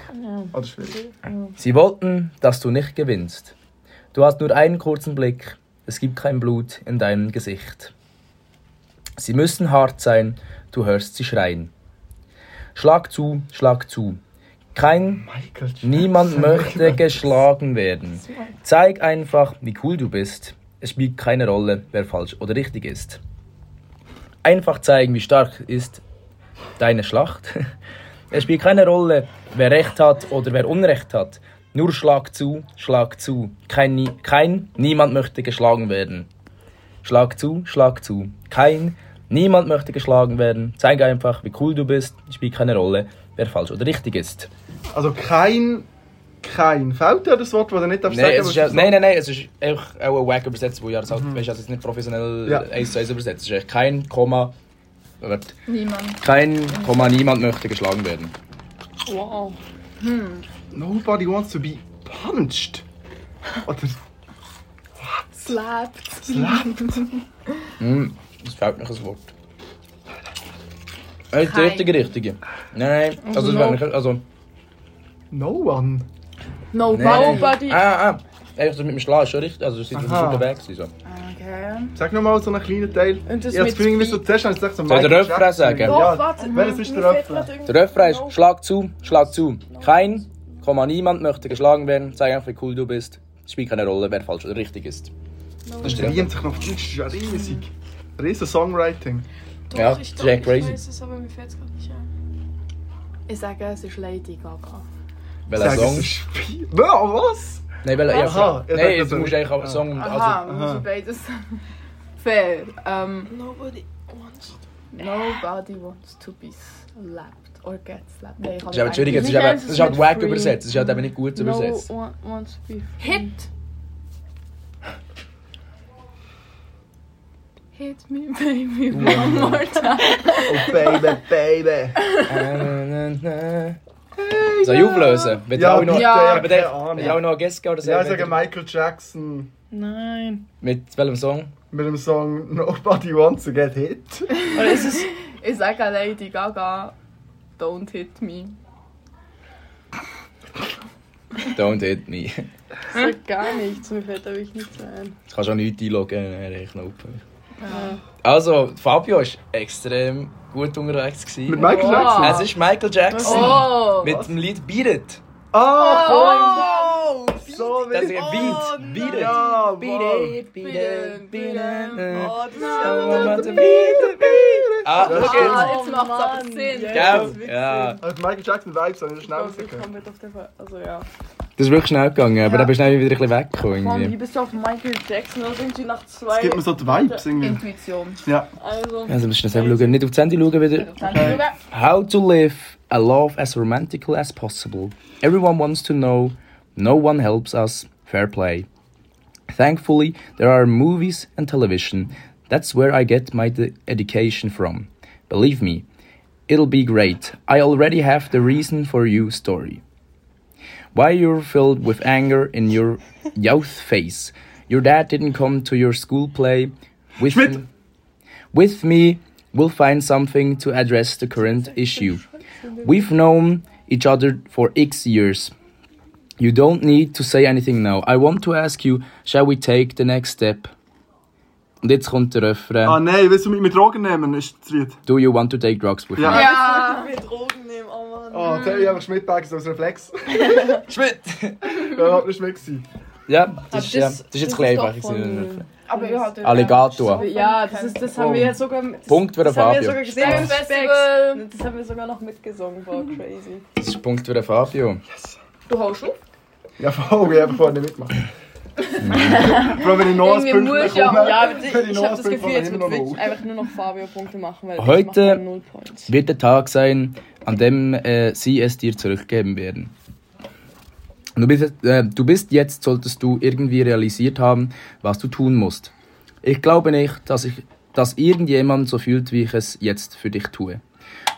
[SPEAKER 4] Oder schwierig.
[SPEAKER 5] Sie wollten, dass du nicht gewinnst. Du hast nur einen kurzen Blick. Es gibt kein Blut in deinem Gesicht. Sie müssen hart sein. Du hörst sie schreien. Schlag zu, schlag zu. Kein, niemand möchte geschlagen werden. Zeig einfach, wie cool du bist. Es spielt keine Rolle, wer falsch oder richtig ist. Einfach zeigen, wie stark ist deine Schlacht. Es spielt keine Rolle, wer Recht hat oder wer Unrecht hat. Nur schlag zu, schlag zu. Kein, nie- kein niemand möchte geschlagen werden. Schlag zu, schlag zu. Kein, niemand möchte geschlagen werden. Zeig einfach, wie cool du bist. Spielt keine Rolle, wer falsch oder richtig ist.
[SPEAKER 4] Also kein. Kein. Fällt dir das Wort, das du nicht darfst
[SPEAKER 5] Nein,
[SPEAKER 4] sagen Mhm.
[SPEAKER 5] es ist, ja- nein, nein, nein, es ist einfach auch ein Wack übersetzt, wo ja das halt, weißt du, also es ist nicht professionell
[SPEAKER 4] Ja.
[SPEAKER 5] eins zu eins übersetzt. Es ist echt kein Komma. Warte.
[SPEAKER 7] Niemand.
[SPEAKER 5] Kein Komma, niemand möchte geschlagen werden.
[SPEAKER 7] Wow.
[SPEAKER 4] Hm. Nobody wants to be punched. Oder
[SPEAKER 7] Slapped.
[SPEAKER 5] Hm, es fehlt noch ein Wort. Äh, die
[SPEAKER 4] Kein.
[SPEAKER 5] richtige, richtige. Nein, nein, also,
[SPEAKER 4] Also
[SPEAKER 5] es
[SPEAKER 4] no.
[SPEAKER 5] wäre nicht- also
[SPEAKER 4] no one.
[SPEAKER 7] No,
[SPEAKER 5] nein.
[SPEAKER 7] nobody.
[SPEAKER 5] Ah, ah, Echt, das mit dem Schlag ist schon richtig, also es sind
[SPEAKER 4] Aha.
[SPEAKER 5] schon der Weg gewesen, so.
[SPEAKER 7] Okay.
[SPEAKER 4] Sag nochmal so einen kleinen Teil.
[SPEAKER 7] Und das
[SPEAKER 4] ich hab das
[SPEAKER 7] mit
[SPEAKER 4] Gefühl, irgendwie so zuerst habe ich gesagt, so
[SPEAKER 5] Soll der
[SPEAKER 4] Michael
[SPEAKER 5] Refrain
[SPEAKER 4] Jackson.
[SPEAKER 5] sagen?
[SPEAKER 4] Ja,
[SPEAKER 7] Doch, warte.
[SPEAKER 4] welches ist der
[SPEAKER 7] Mir fehlt
[SPEAKER 4] Refrain?
[SPEAKER 7] grad irgendwie-
[SPEAKER 5] Der Refrain ist Schlag zu, Schlag zu. Kein, Komma, niemand möchte geschlagen werden. Zeig einfach, wie cool du bist. Es spielt keine Rolle, wer falsch oder richtig ist.
[SPEAKER 4] Das
[SPEAKER 5] der
[SPEAKER 4] riemt sich noch das ist ja riesig. Riesen Songwriting.
[SPEAKER 5] Doch, Ja, ich- das ist echt doch, ich crazy.
[SPEAKER 7] weiß es, aber mir fällt es gerade nicht ein. Ich sage, es ist Lady Gaga.
[SPEAKER 5] Welcher
[SPEAKER 4] Sag, es
[SPEAKER 5] Song?
[SPEAKER 4] ist Pi- Wow, was?
[SPEAKER 5] Nein, welcher? Ja,
[SPEAKER 4] Aha, ja,
[SPEAKER 5] nein,
[SPEAKER 4] das-
[SPEAKER 5] du musst eigentlich auch Song. Also,
[SPEAKER 7] Aha, wir müssen beides. Fair. Ähm, nobody wants to. Nobody wants to be slapped or get slapped. Nein, ich
[SPEAKER 5] Das ist eben schwierig, es ist, eben, es ist halt wack übersetzt, es ist halt eben nicht gut übersetzt.
[SPEAKER 7] No one wants to be Hit! Hit me, baby, one more time.
[SPEAKER 4] Oh Baby, Baby.
[SPEAKER 5] Soll ich auflösen? Wird
[SPEAKER 4] Ja,
[SPEAKER 5] auch noch,
[SPEAKER 4] ja,
[SPEAKER 5] aber der-
[SPEAKER 4] keine Ahnung.
[SPEAKER 5] wird auch noch ein Guess geben oder so?
[SPEAKER 4] Ja, ich sage Michael Jackson
[SPEAKER 7] Nein.
[SPEAKER 5] Mit welchem Song?
[SPEAKER 4] mit dem Song Nobody Wants to Get Hit.
[SPEAKER 7] Oder ist es, ich sage Lady Gaga, don't hit me.
[SPEAKER 5] Don't hit me. Jetzt
[SPEAKER 6] Ich sag gar nichts, mir fällt aber ich nichts ein.
[SPEAKER 5] kannst du auch nichts einloggen, dann habe ich Knoppen.
[SPEAKER 6] Ja.
[SPEAKER 5] Also, Fabio war extrem gut unterwegs. Gewesen.
[SPEAKER 4] Mit Michael Jackson?
[SPEAKER 5] Es ist Michael Jackson.
[SPEAKER 4] Oh.
[SPEAKER 5] Mit dem Lied Beat It.
[SPEAKER 4] Ah, Oh, voll. So
[SPEAKER 5] Das ist ein Beat. Beat It.
[SPEAKER 4] Oh, Ja, wow.
[SPEAKER 5] Beat it, beat it, beat it.
[SPEAKER 7] Oh, das ist
[SPEAKER 4] Ja,
[SPEAKER 5] Ah, schau
[SPEAKER 4] stimmt.
[SPEAKER 7] Ah, jetzt macht's aber Sinn.
[SPEAKER 5] Gell? Ja.
[SPEAKER 4] Also Michael Jackson Vibes habe ich schnell rausgekriegt.
[SPEAKER 6] Mit auf der Fall. Also ja.
[SPEAKER 5] Das ist wirklich schnell gegangen, aber dann bist du schnell wieder ein bisschen weggekommen.
[SPEAKER 6] Mann, wie
[SPEAKER 5] irgendwie.
[SPEAKER 6] bist du auf Michael Jackson oder irgendwie nach zwei.
[SPEAKER 4] Es gibt mir so die Vibes irgendwie.
[SPEAKER 7] Intuition.
[SPEAKER 4] Ja.
[SPEAKER 6] Also.
[SPEAKER 5] Also, musst du das selber schauen. Nicht auf das Handy schauen wieder. How to live a love as romantical as possible. Everyone wants to know. No one helps us. Fair play. Thankfully, there are movies and television. That's where I get my de- education from. Believe me, it'll be great. I already have the reason for you story. Why you're filled with anger in your youth face. Your dad didn't come to your school play. With with me, we'll find something to address the current issue. We've known each other for X years. You don't need to say anything now. I want to ask you, shall we take the next step? Und jetzt kommt der Refrain.
[SPEAKER 4] Ah nein, willst du mit mir Drogen nehmen? Ist das Lied.
[SPEAKER 5] Do you want to take drugs with
[SPEAKER 4] Ja.
[SPEAKER 5] me?
[SPEAKER 6] Ja. Ich will Drogen nehmen, oh Mann.
[SPEAKER 4] Ah, jetzt habe ich einfach Schmidt so als Reflex.
[SPEAKER 5] Schmidt!
[SPEAKER 4] Ja, hat nicht Schmidt gewesen.
[SPEAKER 5] Ja, das ist,
[SPEAKER 6] Aber
[SPEAKER 5] ja,
[SPEAKER 6] das-
[SPEAKER 5] das ist jetzt
[SPEAKER 6] das ist
[SPEAKER 5] ein bisschen
[SPEAKER 6] doch
[SPEAKER 5] einfach.
[SPEAKER 6] von-
[SPEAKER 5] gewesen.
[SPEAKER 7] Aber ihr habt
[SPEAKER 5] äh, Alligator.
[SPEAKER 6] Ja, das, ist, das haben wir ja sogar. Das,
[SPEAKER 5] Oh. Punkt für den
[SPEAKER 6] das haben wir
[SPEAKER 5] Fabio.
[SPEAKER 6] sogar gesehen beim
[SPEAKER 7] Festival.
[SPEAKER 6] Specs. Das haben wir sogar noch mitgesungen, war crazy.
[SPEAKER 5] Das ist Punkt für den Fabio.
[SPEAKER 7] Du haust auf?
[SPEAKER 4] Ja, voll, ich habe vorher nicht mitgemacht. Vor allem, wenn ich noch ein
[SPEAKER 6] Irgendwie muss
[SPEAKER 4] Pünktchen
[SPEAKER 6] ja,
[SPEAKER 4] komme,
[SPEAKER 6] ja,
[SPEAKER 4] wenn
[SPEAKER 6] ich,
[SPEAKER 4] ich
[SPEAKER 6] ich
[SPEAKER 4] noch
[SPEAKER 6] habe
[SPEAKER 4] ein
[SPEAKER 6] das
[SPEAKER 4] Pünktchen
[SPEAKER 6] Gefühl, jetzt
[SPEAKER 4] komme,
[SPEAKER 6] wird
[SPEAKER 4] immer noch
[SPEAKER 6] wirklich einfach nur noch Fabio Punkte machen, weil ich mache
[SPEAKER 5] Heute
[SPEAKER 6] null Points.
[SPEAKER 5] wird der Tag sein, an dem äh, sie es dir zurückgeben werden. Du bist, äh, du bist jetzt, solltest du irgendwie realisiert haben, was du tun musst. Ich glaube nicht, dass, ich, dass irgendjemand so fühlt, wie ich es jetzt für dich tue.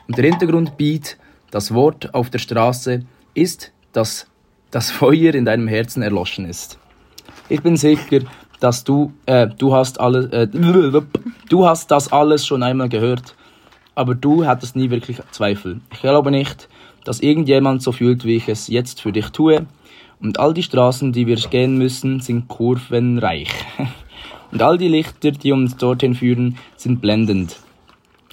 [SPEAKER 5] Und der Hintergrundbeat, das Wort auf der Straße, ist, dass das Feuer in deinem Herzen erloschen ist. Ich bin sicher, dass du, äh, du hast alles, äh, du hast das alles schon einmal gehört, aber du hattest nie wirklich Zweifel. Ich glaube nicht, dass irgendjemand so fühlt, wie ich es jetzt für dich tue. Und all die Straßen, die wir gehen müssen, sind um kurvenreich. Und all die Lichter, die uns dorthin führen, sind blendend.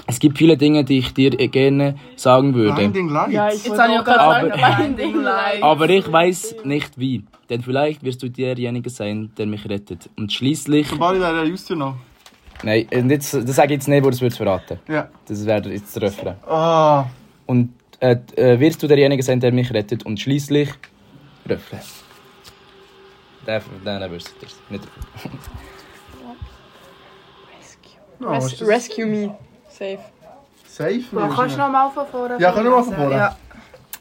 [SPEAKER 5] Es gibt viele Dinge, die ich dir gerne sagen würde.
[SPEAKER 4] Blinding Lights. Ja,
[SPEAKER 7] ich wollte auch gerade sagen, Blinding Lights.
[SPEAKER 5] Aber ich weiß nicht wie. Denn vielleicht wirst du derjenige sein, der mich rettet. Und schließlich.
[SPEAKER 4] Somebody that I used to know.
[SPEAKER 5] Nein, und jetzt, das sage ich jetzt nicht, wo das würdest verraten.
[SPEAKER 4] Ja.
[SPEAKER 5] Das wäre jetzt der Refrain.
[SPEAKER 4] Ah.
[SPEAKER 5] Und äh, äh, wirst du derjenige sein, der mich rettet. Und schließlich. Refrain. Der, der, der, wirst du Nicht der.
[SPEAKER 4] No, ist
[SPEAKER 6] Res
[SPEAKER 4] das-
[SPEAKER 6] rescue me. Safe.
[SPEAKER 4] Safe?
[SPEAKER 7] Boah, kannst du nochmal von vorne?
[SPEAKER 4] Ja, kannst du noch mal von vorne?
[SPEAKER 7] Ja.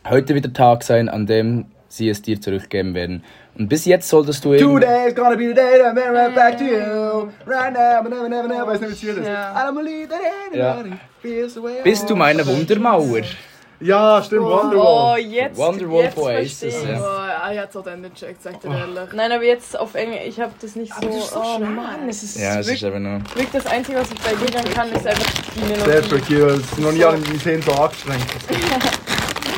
[SPEAKER 5] Heute wird der Tag sein, an dem sie es dir zurückgeben werden. Und bis jetzt solltest du eben-
[SPEAKER 4] Today's gonna be the day that I'm right back to you. Right now, but never, never, never. Weiss nicht, wie das Lied ist.
[SPEAKER 7] Ja.
[SPEAKER 4] I don't believe that anybody feels the way I
[SPEAKER 5] Bist du meine Wundermauer?
[SPEAKER 4] Ja, stimmt,
[SPEAKER 6] Oh,
[SPEAKER 4] Wonderwall.
[SPEAKER 6] jetzt.
[SPEAKER 5] Wonderwall
[SPEAKER 6] jetzt
[SPEAKER 5] von Oasis,
[SPEAKER 6] verstehe ich's.
[SPEAKER 5] ja.
[SPEAKER 7] Boah, ich hätte es Ah, auch dann nicht gecheckt, sagt er ehrlich.
[SPEAKER 6] Oh. Nein, aber jetzt auf Englisch. Ich habe das nicht so.
[SPEAKER 7] das ist so
[SPEAKER 6] oh
[SPEAKER 7] schwer.
[SPEAKER 6] Mann, es ist.
[SPEAKER 5] Ja, es ist
[SPEAKER 6] wirklich,
[SPEAKER 5] eben noch.
[SPEAKER 6] wirklich das Einzige, was ich bei Liedern kann, ist einfach die
[SPEAKER 4] Sehr
[SPEAKER 6] Melodie.
[SPEAKER 4] tricky, weil es noch nie an mein Hirn so angestrengt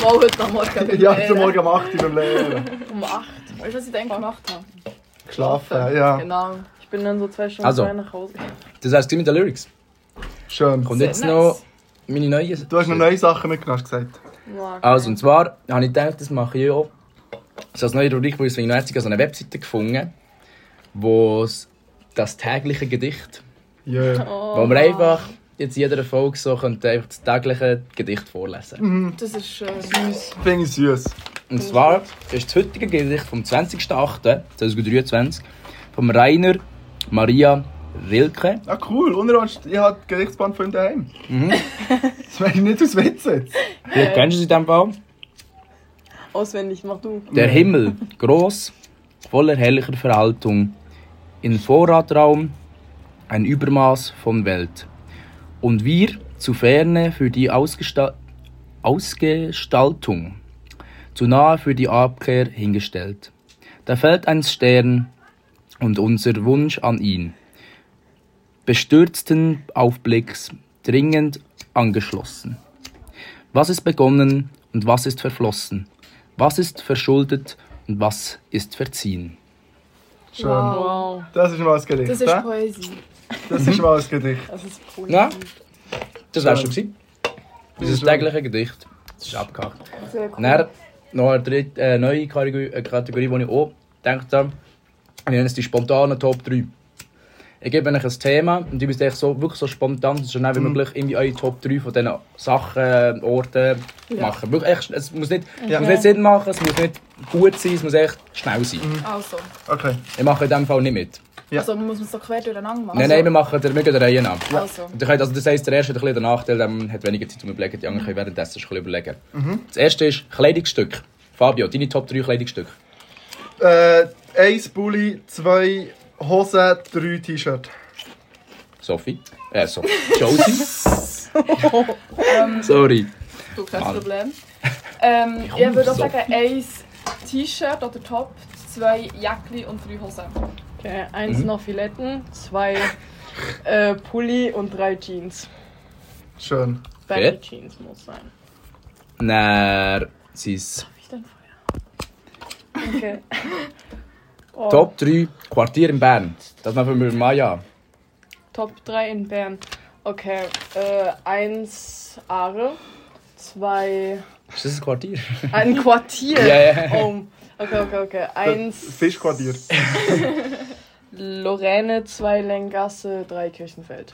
[SPEAKER 7] Mal heute am Morgen. beim
[SPEAKER 4] ist. Ja,
[SPEAKER 6] Äh.
[SPEAKER 4] heute
[SPEAKER 7] Lehren.
[SPEAKER 4] Morgen um 8 Uhr beim Lehren.
[SPEAKER 7] Um 8. Weißt du, was ich dann gemacht habe?
[SPEAKER 4] Geschlafen, ja.
[SPEAKER 7] Genau.
[SPEAKER 6] Ich bin dann so zwei Stunden
[SPEAKER 5] Also.
[SPEAKER 6] vorher nach Hause.
[SPEAKER 5] Das heißt, mit den Lyrics.
[SPEAKER 4] Schön.
[SPEAKER 5] Kommt jetzt
[SPEAKER 7] nice.
[SPEAKER 5] noch meine neue.
[SPEAKER 4] Du hast noch neue Sachen mitgenommen, hast du gesagt.
[SPEAKER 6] Ja.
[SPEAKER 5] Also, und zwar habe ich gedacht, das mache ich auch. So als neue Rubrik, wo ich es wegen Herzig eine Webseite gefunden wo es das tägliche Gedicht,
[SPEAKER 4] Yeah.
[SPEAKER 5] wo wir einfach jetzt in jeder Folge so könnte einfach das tägliche Gedicht vorlesen.
[SPEAKER 7] Das ist schön.
[SPEAKER 6] äh,
[SPEAKER 7] Süß.
[SPEAKER 4] Finde ich süß.
[SPEAKER 5] Und zwar ist das heutige Gedicht vom 20.08.2023 vom Rainer Maria Rilke.
[SPEAKER 4] Ah, cool. Unerwartet, ich habe das Gerichtsband von ihm daheim.
[SPEAKER 5] Mhm.
[SPEAKER 4] Das meine ich nicht aus Witz jetzt.
[SPEAKER 5] Vielleicht kennst du sie in dem Fall.
[SPEAKER 6] Auswendig, mach du.
[SPEAKER 5] Der Himmel, groß, voller herrlicher Verhaltung, in Vorratraum ein Übermaß von Welt. Und wir zu ferne für die Ausgesta Ausgestaltung, zu nahe für die Abkehr hingestellt. Da fällt ein Stern und unser Wunsch an ihn. Bestürzten Aufblicks, dringend angeschlossen. Was ist begonnen und was ist verflossen? Was ist verschuldet und was ist verziehen?
[SPEAKER 4] Schön.
[SPEAKER 6] Wow,
[SPEAKER 4] Das ist mal ein Gedicht.
[SPEAKER 7] Das ist
[SPEAKER 4] hä?
[SPEAKER 7] Poesie.
[SPEAKER 4] Das ist mal ein Gedicht.
[SPEAKER 6] das ist cool.
[SPEAKER 5] Ja, das wär's schon gewesen. Dieses tägliche Gedicht. Das ist abgehakt.
[SPEAKER 7] Sehr cool.
[SPEAKER 5] Dann noch eine dritte, äh, neue Kategorie, äh, Kategorie, die ich auch gedacht habe. Wir nennen es die spontanen Top 3. Ich gebe euch ein Thema und ihr müsst euch so, wirklich so spontan, so schnell wie möglich, irgendwie eure Top 3 von diesen Sachen, äh, Orten machen. Wirklich, echt, es muss nicht, es muss nicht Sinn machen, es muss nicht gut sein, es muss echt schnell sein.
[SPEAKER 7] Also.
[SPEAKER 4] Okay.
[SPEAKER 5] Ich mache in diesem Fall nicht mit.
[SPEAKER 4] Ja.
[SPEAKER 7] Also, man muss es so quer durcheinander machen.
[SPEAKER 5] Nein, nein, wir machen wir gehen der Reihe nach.
[SPEAKER 7] Also.
[SPEAKER 5] Und ihr könnt, also das heisst, der erste hat ein bisschen den Nachteil, der hat weniger Zeit zum Überlegen, die anderen können währenddessen schon ein bisschen überlegen.
[SPEAKER 7] Mhm.
[SPEAKER 5] Das erste ist Kleidungsstück. Fabio, deine Top 3 Kleidungsstücke.
[SPEAKER 4] Äh, eins Bulli, zwei Hosen, drei T-Shirt.
[SPEAKER 5] Sophie. Äh, Sophie. Josie. Sorry.
[SPEAKER 7] Ähm, Du, kein
[SPEAKER 5] Mal.
[SPEAKER 7] Problem. Ähm, ich
[SPEAKER 5] komm,
[SPEAKER 7] würde auch
[SPEAKER 5] so.
[SPEAKER 7] sagen, eins T-Shirt oder Top, zwei Jäckli und drei Hosen.
[SPEAKER 6] Okay, eins
[SPEAKER 5] Mhm.
[SPEAKER 6] noch Filetten, zwei äh, Pulli und drei Jeans.
[SPEAKER 4] Schön.
[SPEAKER 6] Baggy
[SPEAKER 5] Okay.
[SPEAKER 6] Jeans muss sein.
[SPEAKER 5] Dann sein
[SPEAKER 6] Ich dann vorher. Okay. Oh,
[SPEAKER 5] Top 3 Quartier in Bern. Das machen wir mit Maya.
[SPEAKER 6] Top 3 in Bern. Okay, äh, eins Aare, zwei.
[SPEAKER 5] Ist das ein Quartier?
[SPEAKER 6] Ein Quartier!
[SPEAKER 5] Ja, ja.
[SPEAKER 6] Oh. Okay, okay, okay. Eins.
[SPEAKER 4] Fischquartier.
[SPEAKER 6] Lorraine, zwei Lengasse, drei Kirchenfeld.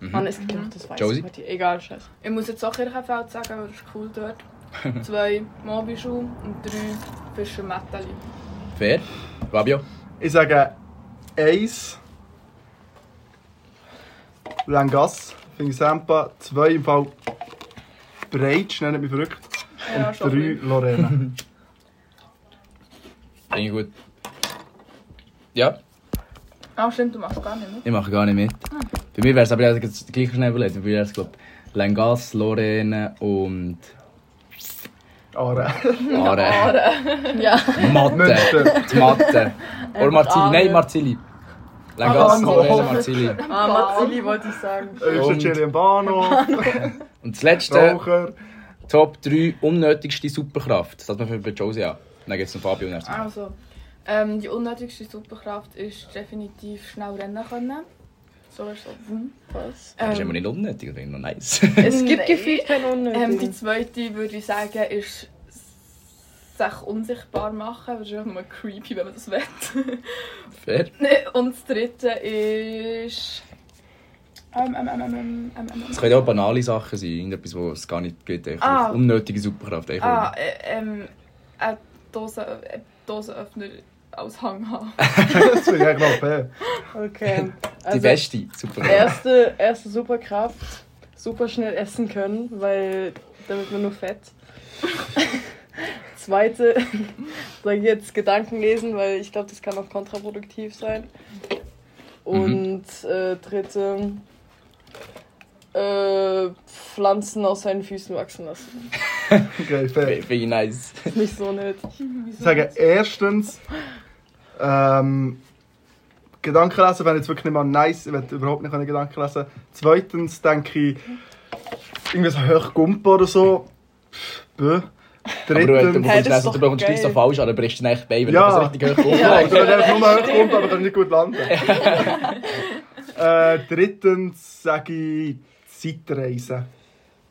[SPEAKER 6] Mann, ist gekippt, das weiß
[SPEAKER 5] Mhm. Josie?
[SPEAKER 6] ich. Quartier. Egal, scheiß.
[SPEAKER 7] Ich muss jetzt auch Kirchenfeld sagen, weil das ist cool dort. Zwei Mobischuhe und drei Fischer Metalli.
[SPEAKER 5] Fair. Fabio.
[SPEAKER 4] Ich sage eins. Langas, finde ich Sampa. Zwei im Fall Breitsch, nennt mich verrückt.
[SPEAKER 7] Ja,
[SPEAKER 4] Und drei Lorena.
[SPEAKER 5] Finde ich gut. Ja,
[SPEAKER 7] Ah, stimmt, du machst gar nicht mit.
[SPEAKER 5] ich mache gar nicht mit.
[SPEAKER 7] Ah.
[SPEAKER 5] Bei mir wäre es aber ich hätte jetzt gleich schnell überlegt. Bei mir wäre es, glaube ich, Langas, Lorraine und
[SPEAKER 4] Are.
[SPEAKER 5] Are.
[SPEAKER 6] Ja.
[SPEAKER 5] Mathe.
[SPEAKER 4] Münster.
[SPEAKER 5] Die Mathe.
[SPEAKER 7] Äh,
[SPEAKER 5] Oder Marzili. Nein, Marzili. Langas,
[SPEAKER 4] Bahnhof.
[SPEAKER 5] Lorena, Marzili.
[SPEAKER 6] Ah, Mazzilli wollte ich sagen.
[SPEAKER 4] Öster
[SPEAKER 5] Und-
[SPEAKER 4] Chili im Bahnhof.
[SPEAKER 5] Und das letzte,
[SPEAKER 4] Raucher.
[SPEAKER 5] Top 3 unnötigste Superkraft. Das hat man für bei Josie an. Dann geht es um Fabio und erst.
[SPEAKER 7] Also, ähm, die unnötigste Superkraft ist definitiv schnell rennen können. Sowieso. Was?
[SPEAKER 5] Das ist immer nicht unnötig, das finde ich noch nice.
[SPEAKER 7] Es gibt gefühlt
[SPEAKER 6] keinen unnötigen.
[SPEAKER 7] Ähm, die zweite würde ich sagen, ist sich unsichtbar machen. Das ist einfach nur creepy, wenn man das will.
[SPEAKER 5] Fair.
[SPEAKER 7] Und das dritte ist. Ähm, ähm, ähm, ähm, ähm, ähm, ähm.
[SPEAKER 5] Es können ja auch banale Sachen sein, irgendetwas, wo es gar nicht geht. eigentlich
[SPEAKER 7] Ah.
[SPEAKER 5] Unnötige Superkraft. eigentlich.
[SPEAKER 7] Ah, äh, ähm, eine Dose, äh, Dosenöffner als Hang haben.
[SPEAKER 4] das finde ich eigentlich noch fair.
[SPEAKER 6] Okay.
[SPEAKER 7] also
[SPEAKER 6] Also,
[SPEAKER 5] die beste Superkraft.
[SPEAKER 6] Erste, erste Superkraft, super schnell essen können, weil damit man nur fett. Zweite, sage ich jetzt Gedanken lesen, weil ich glaube, das kann auch kontraproduktiv sein. Und äh, dritte, äh, Pflanzen aus seinen Füßen wachsen lassen.
[SPEAKER 4] Okay, fair.
[SPEAKER 5] Finde ich nice.
[SPEAKER 6] Ist nicht so nötig.
[SPEAKER 4] Ich sage erstens, ähm, Gedanken lesen wäre jetzt wirklich nicht mal nice, ich will überhaupt nicht können Gedanken lesen. Zweitens denke ich, irgendwie so Höchgumpen oder so. Pff, bö.
[SPEAKER 5] Aber du, du
[SPEAKER 4] Drittens,
[SPEAKER 5] bekommst das du bekommst gleich so falsch, aber du brichst dich eigentlich bei, wenn
[SPEAKER 4] Ja.
[SPEAKER 5] du das richtig hoch
[SPEAKER 4] Ja, ich würde einfach nur Höchgumpen, aber kann nicht gut landen. äh, drittens sage ich Zeitreisen.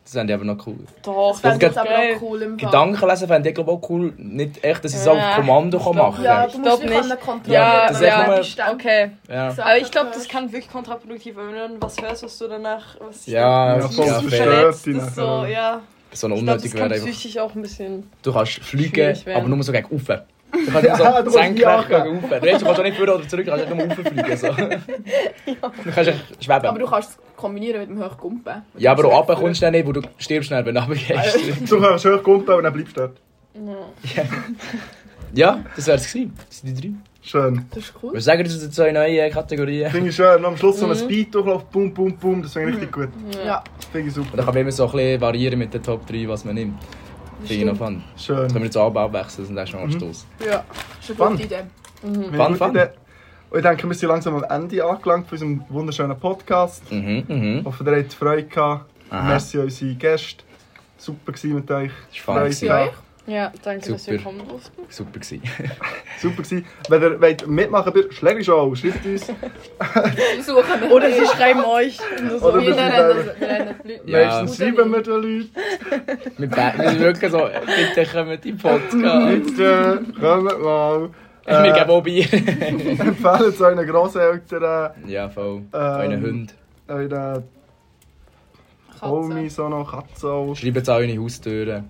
[SPEAKER 5] Das fände ich aber noch cool.
[SPEAKER 7] Doch, das fände ich aber noch cool im Fall.
[SPEAKER 5] Gedanken lesen fände ich glaube auch cool. Nicht echt, dass ich es
[SPEAKER 6] Ja.
[SPEAKER 5] auf Kommando kann machen
[SPEAKER 7] Ja,
[SPEAKER 5] kann.
[SPEAKER 7] du
[SPEAKER 6] Ich
[SPEAKER 7] musst
[SPEAKER 6] glaube
[SPEAKER 7] dich
[SPEAKER 6] nicht.
[SPEAKER 7] können kontrollieren.
[SPEAKER 6] Ja,
[SPEAKER 5] das ist echt
[SPEAKER 6] ja,
[SPEAKER 5] nur-
[SPEAKER 6] ja okay.
[SPEAKER 5] Ja.
[SPEAKER 6] Aber ich glaube, das kann wirklich kontraproduktiv werden, wenn du was hörst, was du danach. Was dich
[SPEAKER 5] Ja,
[SPEAKER 6] dann
[SPEAKER 5] das ist ja
[SPEAKER 6] psychisch
[SPEAKER 5] fair.
[SPEAKER 6] verletzt,
[SPEAKER 4] Verstört
[SPEAKER 6] das
[SPEAKER 4] dich
[SPEAKER 6] ist so,
[SPEAKER 4] nachher.
[SPEAKER 6] ja.
[SPEAKER 5] So eine
[SPEAKER 6] Ich glaube, das
[SPEAKER 5] unnötige
[SPEAKER 6] kann
[SPEAKER 5] wäre einfach.
[SPEAKER 6] psychisch auch ein bisschen.
[SPEAKER 5] Du kannst fliegen,
[SPEAKER 6] Schwierig wäre.
[SPEAKER 5] aber nur so gegen Ufer. Du kannst nur so
[SPEAKER 4] Ja, du kannst nie
[SPEAKER 5] senkrecht
[SPEAKER 4] ankommen.
[SPEAKER 5] gegen Ufer. Du weißt, du kannst auch nicht vor oder zurück, du kannst nur Ufer fliegen. So. Du kannst echt schweben.
[SPEAKER 7] Aber du kannst es kombinieren mit dem Hochgumpen.
[SPEAKER 5] ja, aber auch runter kommst du dann nicht, wo du stirbst schnell, wenn du runtergehst.
[SPEAKER 4] Du kannst Höchgumpen und dann bleibst du dort.
[SPEAKER 5] Ja, das wäre es gewesen. Das sind die drei.
[SPEAKER 4] Schön.
[SPEAKER 7] Das ist cool.
[SPEAKER 5] Wir sagen, das sind zwei neue Kategorien.
[SPEAKER 4] Finde ich schön. Und am Schluss so ein Speed durchlauf, bum, bum, bum. Das finde ich richtig gut.
[SPEAKER 7] Ja.
[SPEAKER 4] Finde ich
[SPEAKER 5] Und dann
[SPEAKER 4] super.
[SPEAKER 5] kann man immer so ein bisschen variieren mit den Top 3, was man nimmt. Finde ich noch fun.
[SPEAKER 4] Schön.
[SPEAKER 5] Das können wir jetzt abend abwechseln, das ist schon mal Stoß.
[SPEAKER 7] Ja, das ist eine
[SPEAKER 4] Spannend.
[SPEAKER 7] gute Idee.
[SPEAKER 5] Fun,
[SPEAKER 4] Fun,
[SPEAKER 5] fun.
[SPEAKER 4] fun. Und ich denke, wir sind langsam am Ende angelangt von unserem wunderschönen Podcast.
[SPEAKER 5] Mhm, mhm.
[SPEAKER 4] Ich hoffe, ihr habt Freude gehabt.
[SPEAKER 5] Aha.
[SPEAKER 4] Merci an unsere Gäste. Super gewesen mit euch.
[SPEAKER 5] Ist fun
[SPEAKER 4] Freude
[SPEAKER 5] gewesen.
[SPEAKER 4] gehabt.
[SPEAKER 6] Ja, danke, dass wir
[SPEAKER 5] Super.
[SPEAKER 6] kommen durften.
[SPEAKER 5] Super gewesen.
[SPEAKER 4] Super gewesen. Wenn ihr wollt mitmachen wollt, Schläger Show, schreibt uns.
[SPEAKER 7] Wir suchen einen
[SPEAKER 6] Oder sie schreiben euch. Nur so.
[SPEAKER 4] Oder
[SPEAKER 7] Wir
[SPEAKER 4] wir
[SPEAKER 7] nennen
[SPEAKER 4] sind
[SPEAKER 7] das- wir nennen das Leute.
[SPEAKER 5] Ja.
[SPEAKER 4] Meistens schreiben wir den Leuten.
[SPEAKER 5] Wir ba- wir sind wirklich so, bitte kommen die
[SPEAKER 4] Mhm.
[SPEAKER 5] Podcast.
[SPEAKER 4] Bitte, kommt mal.
[SPEAKER 5] Wir
[SPEAKER 4] Äh,
[SPEAKER 5] geben auch Bier.
[SPEAKER 4] Empfehlen es euren Grosseltern,
[SPEAKER 5] Ja,
[SPEAKER 4] Ähm.
[SPEAKER 5] voll. Euren Hund.
[SPEAKER 4] euren Homies auch noch, Katzen auch.
[SPEAKER 5] Schreibt es an eure Haustüren.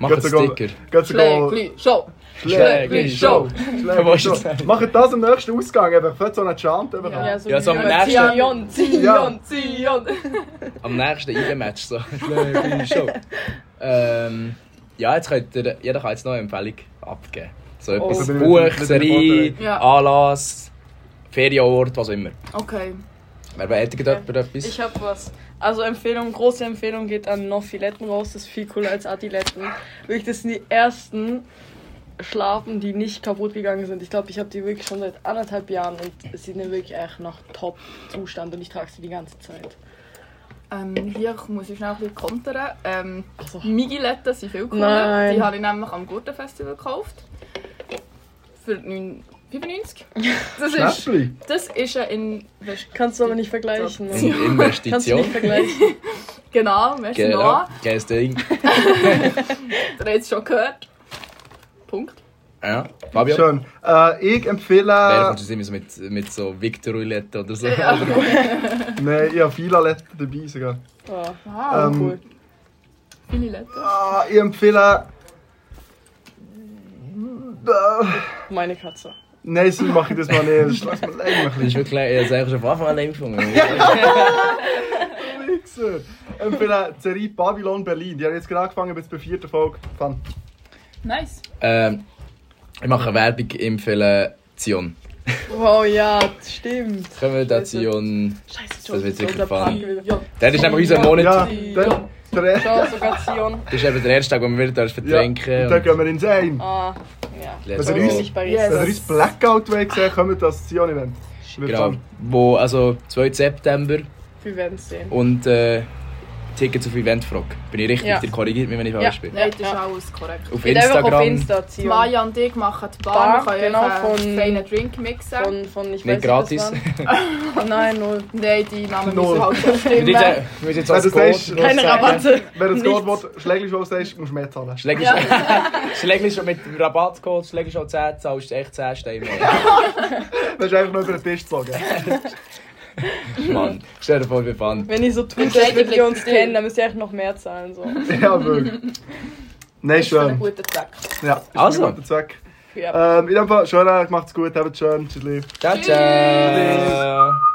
[SPEAKER 5] Macht
[SPEAKER 4] Geht
[SPEAKER 5] einen
[SPEAKER 4] sogar-
[SPEAKER 5] Sticker.
[SPEAKER 4] Geht sogar-
[SPEAKER 7] Schlägli, Show.
[SPEAKER 5] Schlägli,
[SPEAKER 7] Show.
[SPEAKER 5] Du
[SPEAKER 4] Schlägli,
[SPEAKER 5] musst
[SPEAKER 4] Show.
[SPEAKER 5] es sagen.
[SPEAKER 4] Macht das am nächsten Ausgang. Einfach fällt so einen Chant. Einfach an.
[SPEAKER 6] Ja, so,
[SPEAKER 5] Ja, so
[SPEAKER 6] wie
[SPEAKER 5] am
[SPEAKER 6] wir-
[SPEAKER 5] nächsten-
[SPEAKER 6] Zion, Zion.
[SPEAKER 4] Ja.
[SPEAKER 7] Zion, Zion.
[SPEAKER 5] Am nächsten Eidem-Match so. Schlägli, Show. Ähm, ja, jetzt könnt ihr, jeder kann jetzt noch eine Empfehlung abgeben. So etwas,
[SPEAKER 4] Da bin ich
[SPEAKER 5] Buch,
[SPEAKER 4] mit- mit
[SPEAKER 5] Serie,
[SPEAKER 4] dem
[SPEAKER 7] Oh. Ja.
[SPEAKER 5] Anlass, Ferienort, was auch immer.
[SPEAKER 7] Okay.
[SPEAKER 5] Wer hätte jemand etwas?
[SPEAKER 6] Ich hab was. Also Empfehlung, große Empfehlung geht an Nofiletten raus. Das ist viel cooler als Adiletten. Wirklich, das sind die ersten Schlafen, die nicht kaputt gegangen sind. Ich glaube, ich habe die wirklich schon seit anderthalb Jahren und sie sind wirklich echt noch top Zustand und ich trage sie die ganze Zeit.
[SPEAKER 7] Ähm, hier muss ich schnell ein bisschen kontern. Ähm,
[SPEAKER 6] Also,
[SPEAKER 7] Migiletten sind viel cooler.
[SPEAKER 6] Nein.
[SPEAKER 7] Die habe ich nämlich am Gurtenfestival gekauft. Für 9,95. Das ist,
[SPEAKER 4] Schnäppli.
[SPEAKER 7] das ist eine Investition.
[SPEAKER 6] kannst du aber nicht vergleichen. Mann.
[SPEAKER 5] In
[SPEAKER 6] Kannst du nicht
[SPEAKER 5] Investition.
[SPEAKER 6] vergleichen.
[SPEAKER 7] Genau, merci
[SPEAKER 5] Genau.
[SPEAKER 7] Noah.
[SPEAKER 5] Geiles Ding.
[SPEAKER 7] Ihr habt es schon gehört. Punkt.
[SPEAKER 5] Ja. Fabio?
[SPEAKER 4] Schön. Äh, ich
[SPEAKER 5] Wer
[SPEAKER 4] empfehle.
[SPEAKER 5] kommt jetzt immer so mit, mit so Victor Roulette oder so?
[SPEAKER 7] Ja.
[SPEAKER 4] Nein, ich habe viele Letten dabei sogar.
[SPEAKER 6] Oh,
[SPEAKER 7] Wow,
[SPEAKER 4] Ähm,
[SPEAKER 6] cool.
[SPEAKER 7] viele Letten.
[SPEAKER 4] Ah, ich empfehle. Äh,
[SPEAKER 6] Meine Katze.
[SPEAKER 4] Nein, so mache ich das mal nicht. Schlag mal ein
[SPEAKER 5] Das ist
[SPEAKER 4] bisschen.
[SPEAKER 5] wirklich, ich hab's eigentlich schon von Anfang an empfunden.
[SPEAKER 4] Wichser. Ich empfehle die Serie Babylon Berlin. Die haben jetzt gerade angefangen bis zur vierten Folge. Fun.
[SPEAKER 7] Nice.
[SPEAKER 5] ähm, ich mache Werbung im Film Zion.
[SPEAKER 6] Wow, ja, stimmt.
[SPEAKER 5] Kommen wir da Zion.
[SPEAKER 6] Scheiße,
[SPEAKER 5] Das wird sicher
[SPEAKER 6] unser Park
[SPEAKER 5] gefallen.
[SPEAKER 6] wieder.
[SPEAKER 5] Der ist nämlich unser Monat.
[SPEAKER 4] Ja, dann. Der,
[SPEAKER 6] Ciao, sogar Zion.
[SPEAKER 5] Das ist eben der erste Tag, wo wir wieder dürfen
[SPEAKER 4] ja,
[SPEAKER 5] trinken
[SPEAKER 4] und dann gehen wir ins Heim.
[SPEAKER 6] Ah, ja.
[SPEAKER 5] Let's
[SPEAKER 4] Also
[SPEAKER 5] go.
[SPEAKER 4] uns-
[SPEAKER 6] Nicht bei
[SPEAKER 7] Yes.
[SPEAKER 4] Wenn ihr uns Blackout wollt sehen kommt wir das Zion-Event.
[SPEAKER 5] Genau. Wo, also 2. September
[SPEAKER 6] Wir werden sehen.
[SPEAKER 5] und äh, Tickets auf Event frage. Bin ich richtig?
[SPEAKER 7] Ja.
[SPEAKER 5] Ihr korrigiert mich, wenn ich
[SPEAKER 7] Ja.
[SPEAKER 5] falsch bin.
[SPEAKER 7] Nein, das ist alles korrekt.
[SPEAKER 5] Auf Geht einfach auf Instagram. Insta
[SPEAKER 6] ziehen.
[SPEAKER 7] Maya und ich machen die Bar,
[SPEAKER 6] Bar,
[SPEAKER 7] wir können
[SPEAKER 6] genau,
[SPEAKER 7] euch einen
[SPEAKER 6] von-
[SPEAKER 7] feinen Drink mixen.
[SPEAKER 6] Von, von ich
[SPEAKER 5] Nicht
[SPEAKER 6] weiß was
[SPEAKER 5] gratis.
[SPEAKER 6] waren. Nein, null.
[SPEAKER 7] Nein, die Namen
[SPEAKER 4] Null.
[SPEAKER 7] müssen halt schon
[SPEAKER 5] Wir sind
[SPEAKER 7] stimmen.
[SPEAKER 5] ja- wir sind jetzt
[SPEAKER 4] Wenn
[SPEAKER 5] als
[SPEAKER 4] du sagst,
[SPEAKER 5] Code-
[SPEAKER 4] Wenn du das
[SPEAKER 5] Nichts.
[SPEAKER 4] Code Wort Schläglischau sagst, musst du mehr zahlen.
[SPEAKER 5] Schläglich Schläglich schon mit dem Rabattcode, schläglich schon 10, zahlst du echt 10 Steine mehr.
[SPEAKER 4] Willst du einfach nur über den Tisch gezogen?
[SPEAKER 5] Mann, stell dir vor, wir fahren.
[SPEAKER 6] Wenn ich so tue, als
[SPEAKER 7] Entscheidet
[SPEAKER 6] würdet ihr uns
[SPEAKER 7] liegt still.
[SPEAKER 6] kennen, dann müsst ihr echt noch mehr zahlen. So.
[SPEAKER 4] ja, wirklich. Nein, schön.
[SPEAKER 7] Guter Zweck.
[SPEAKER 4] Ja, ist
[SPEAKER 5] Also.
[SPEAKER 4] ein guter Zweck.
[SPEAKER 6] Ja.
[SPEAKER 4] Ähm, in dem Fall, schön, macht's gut, habt schön, tschüss.
[SPEAKER 5] Ciao, ciao.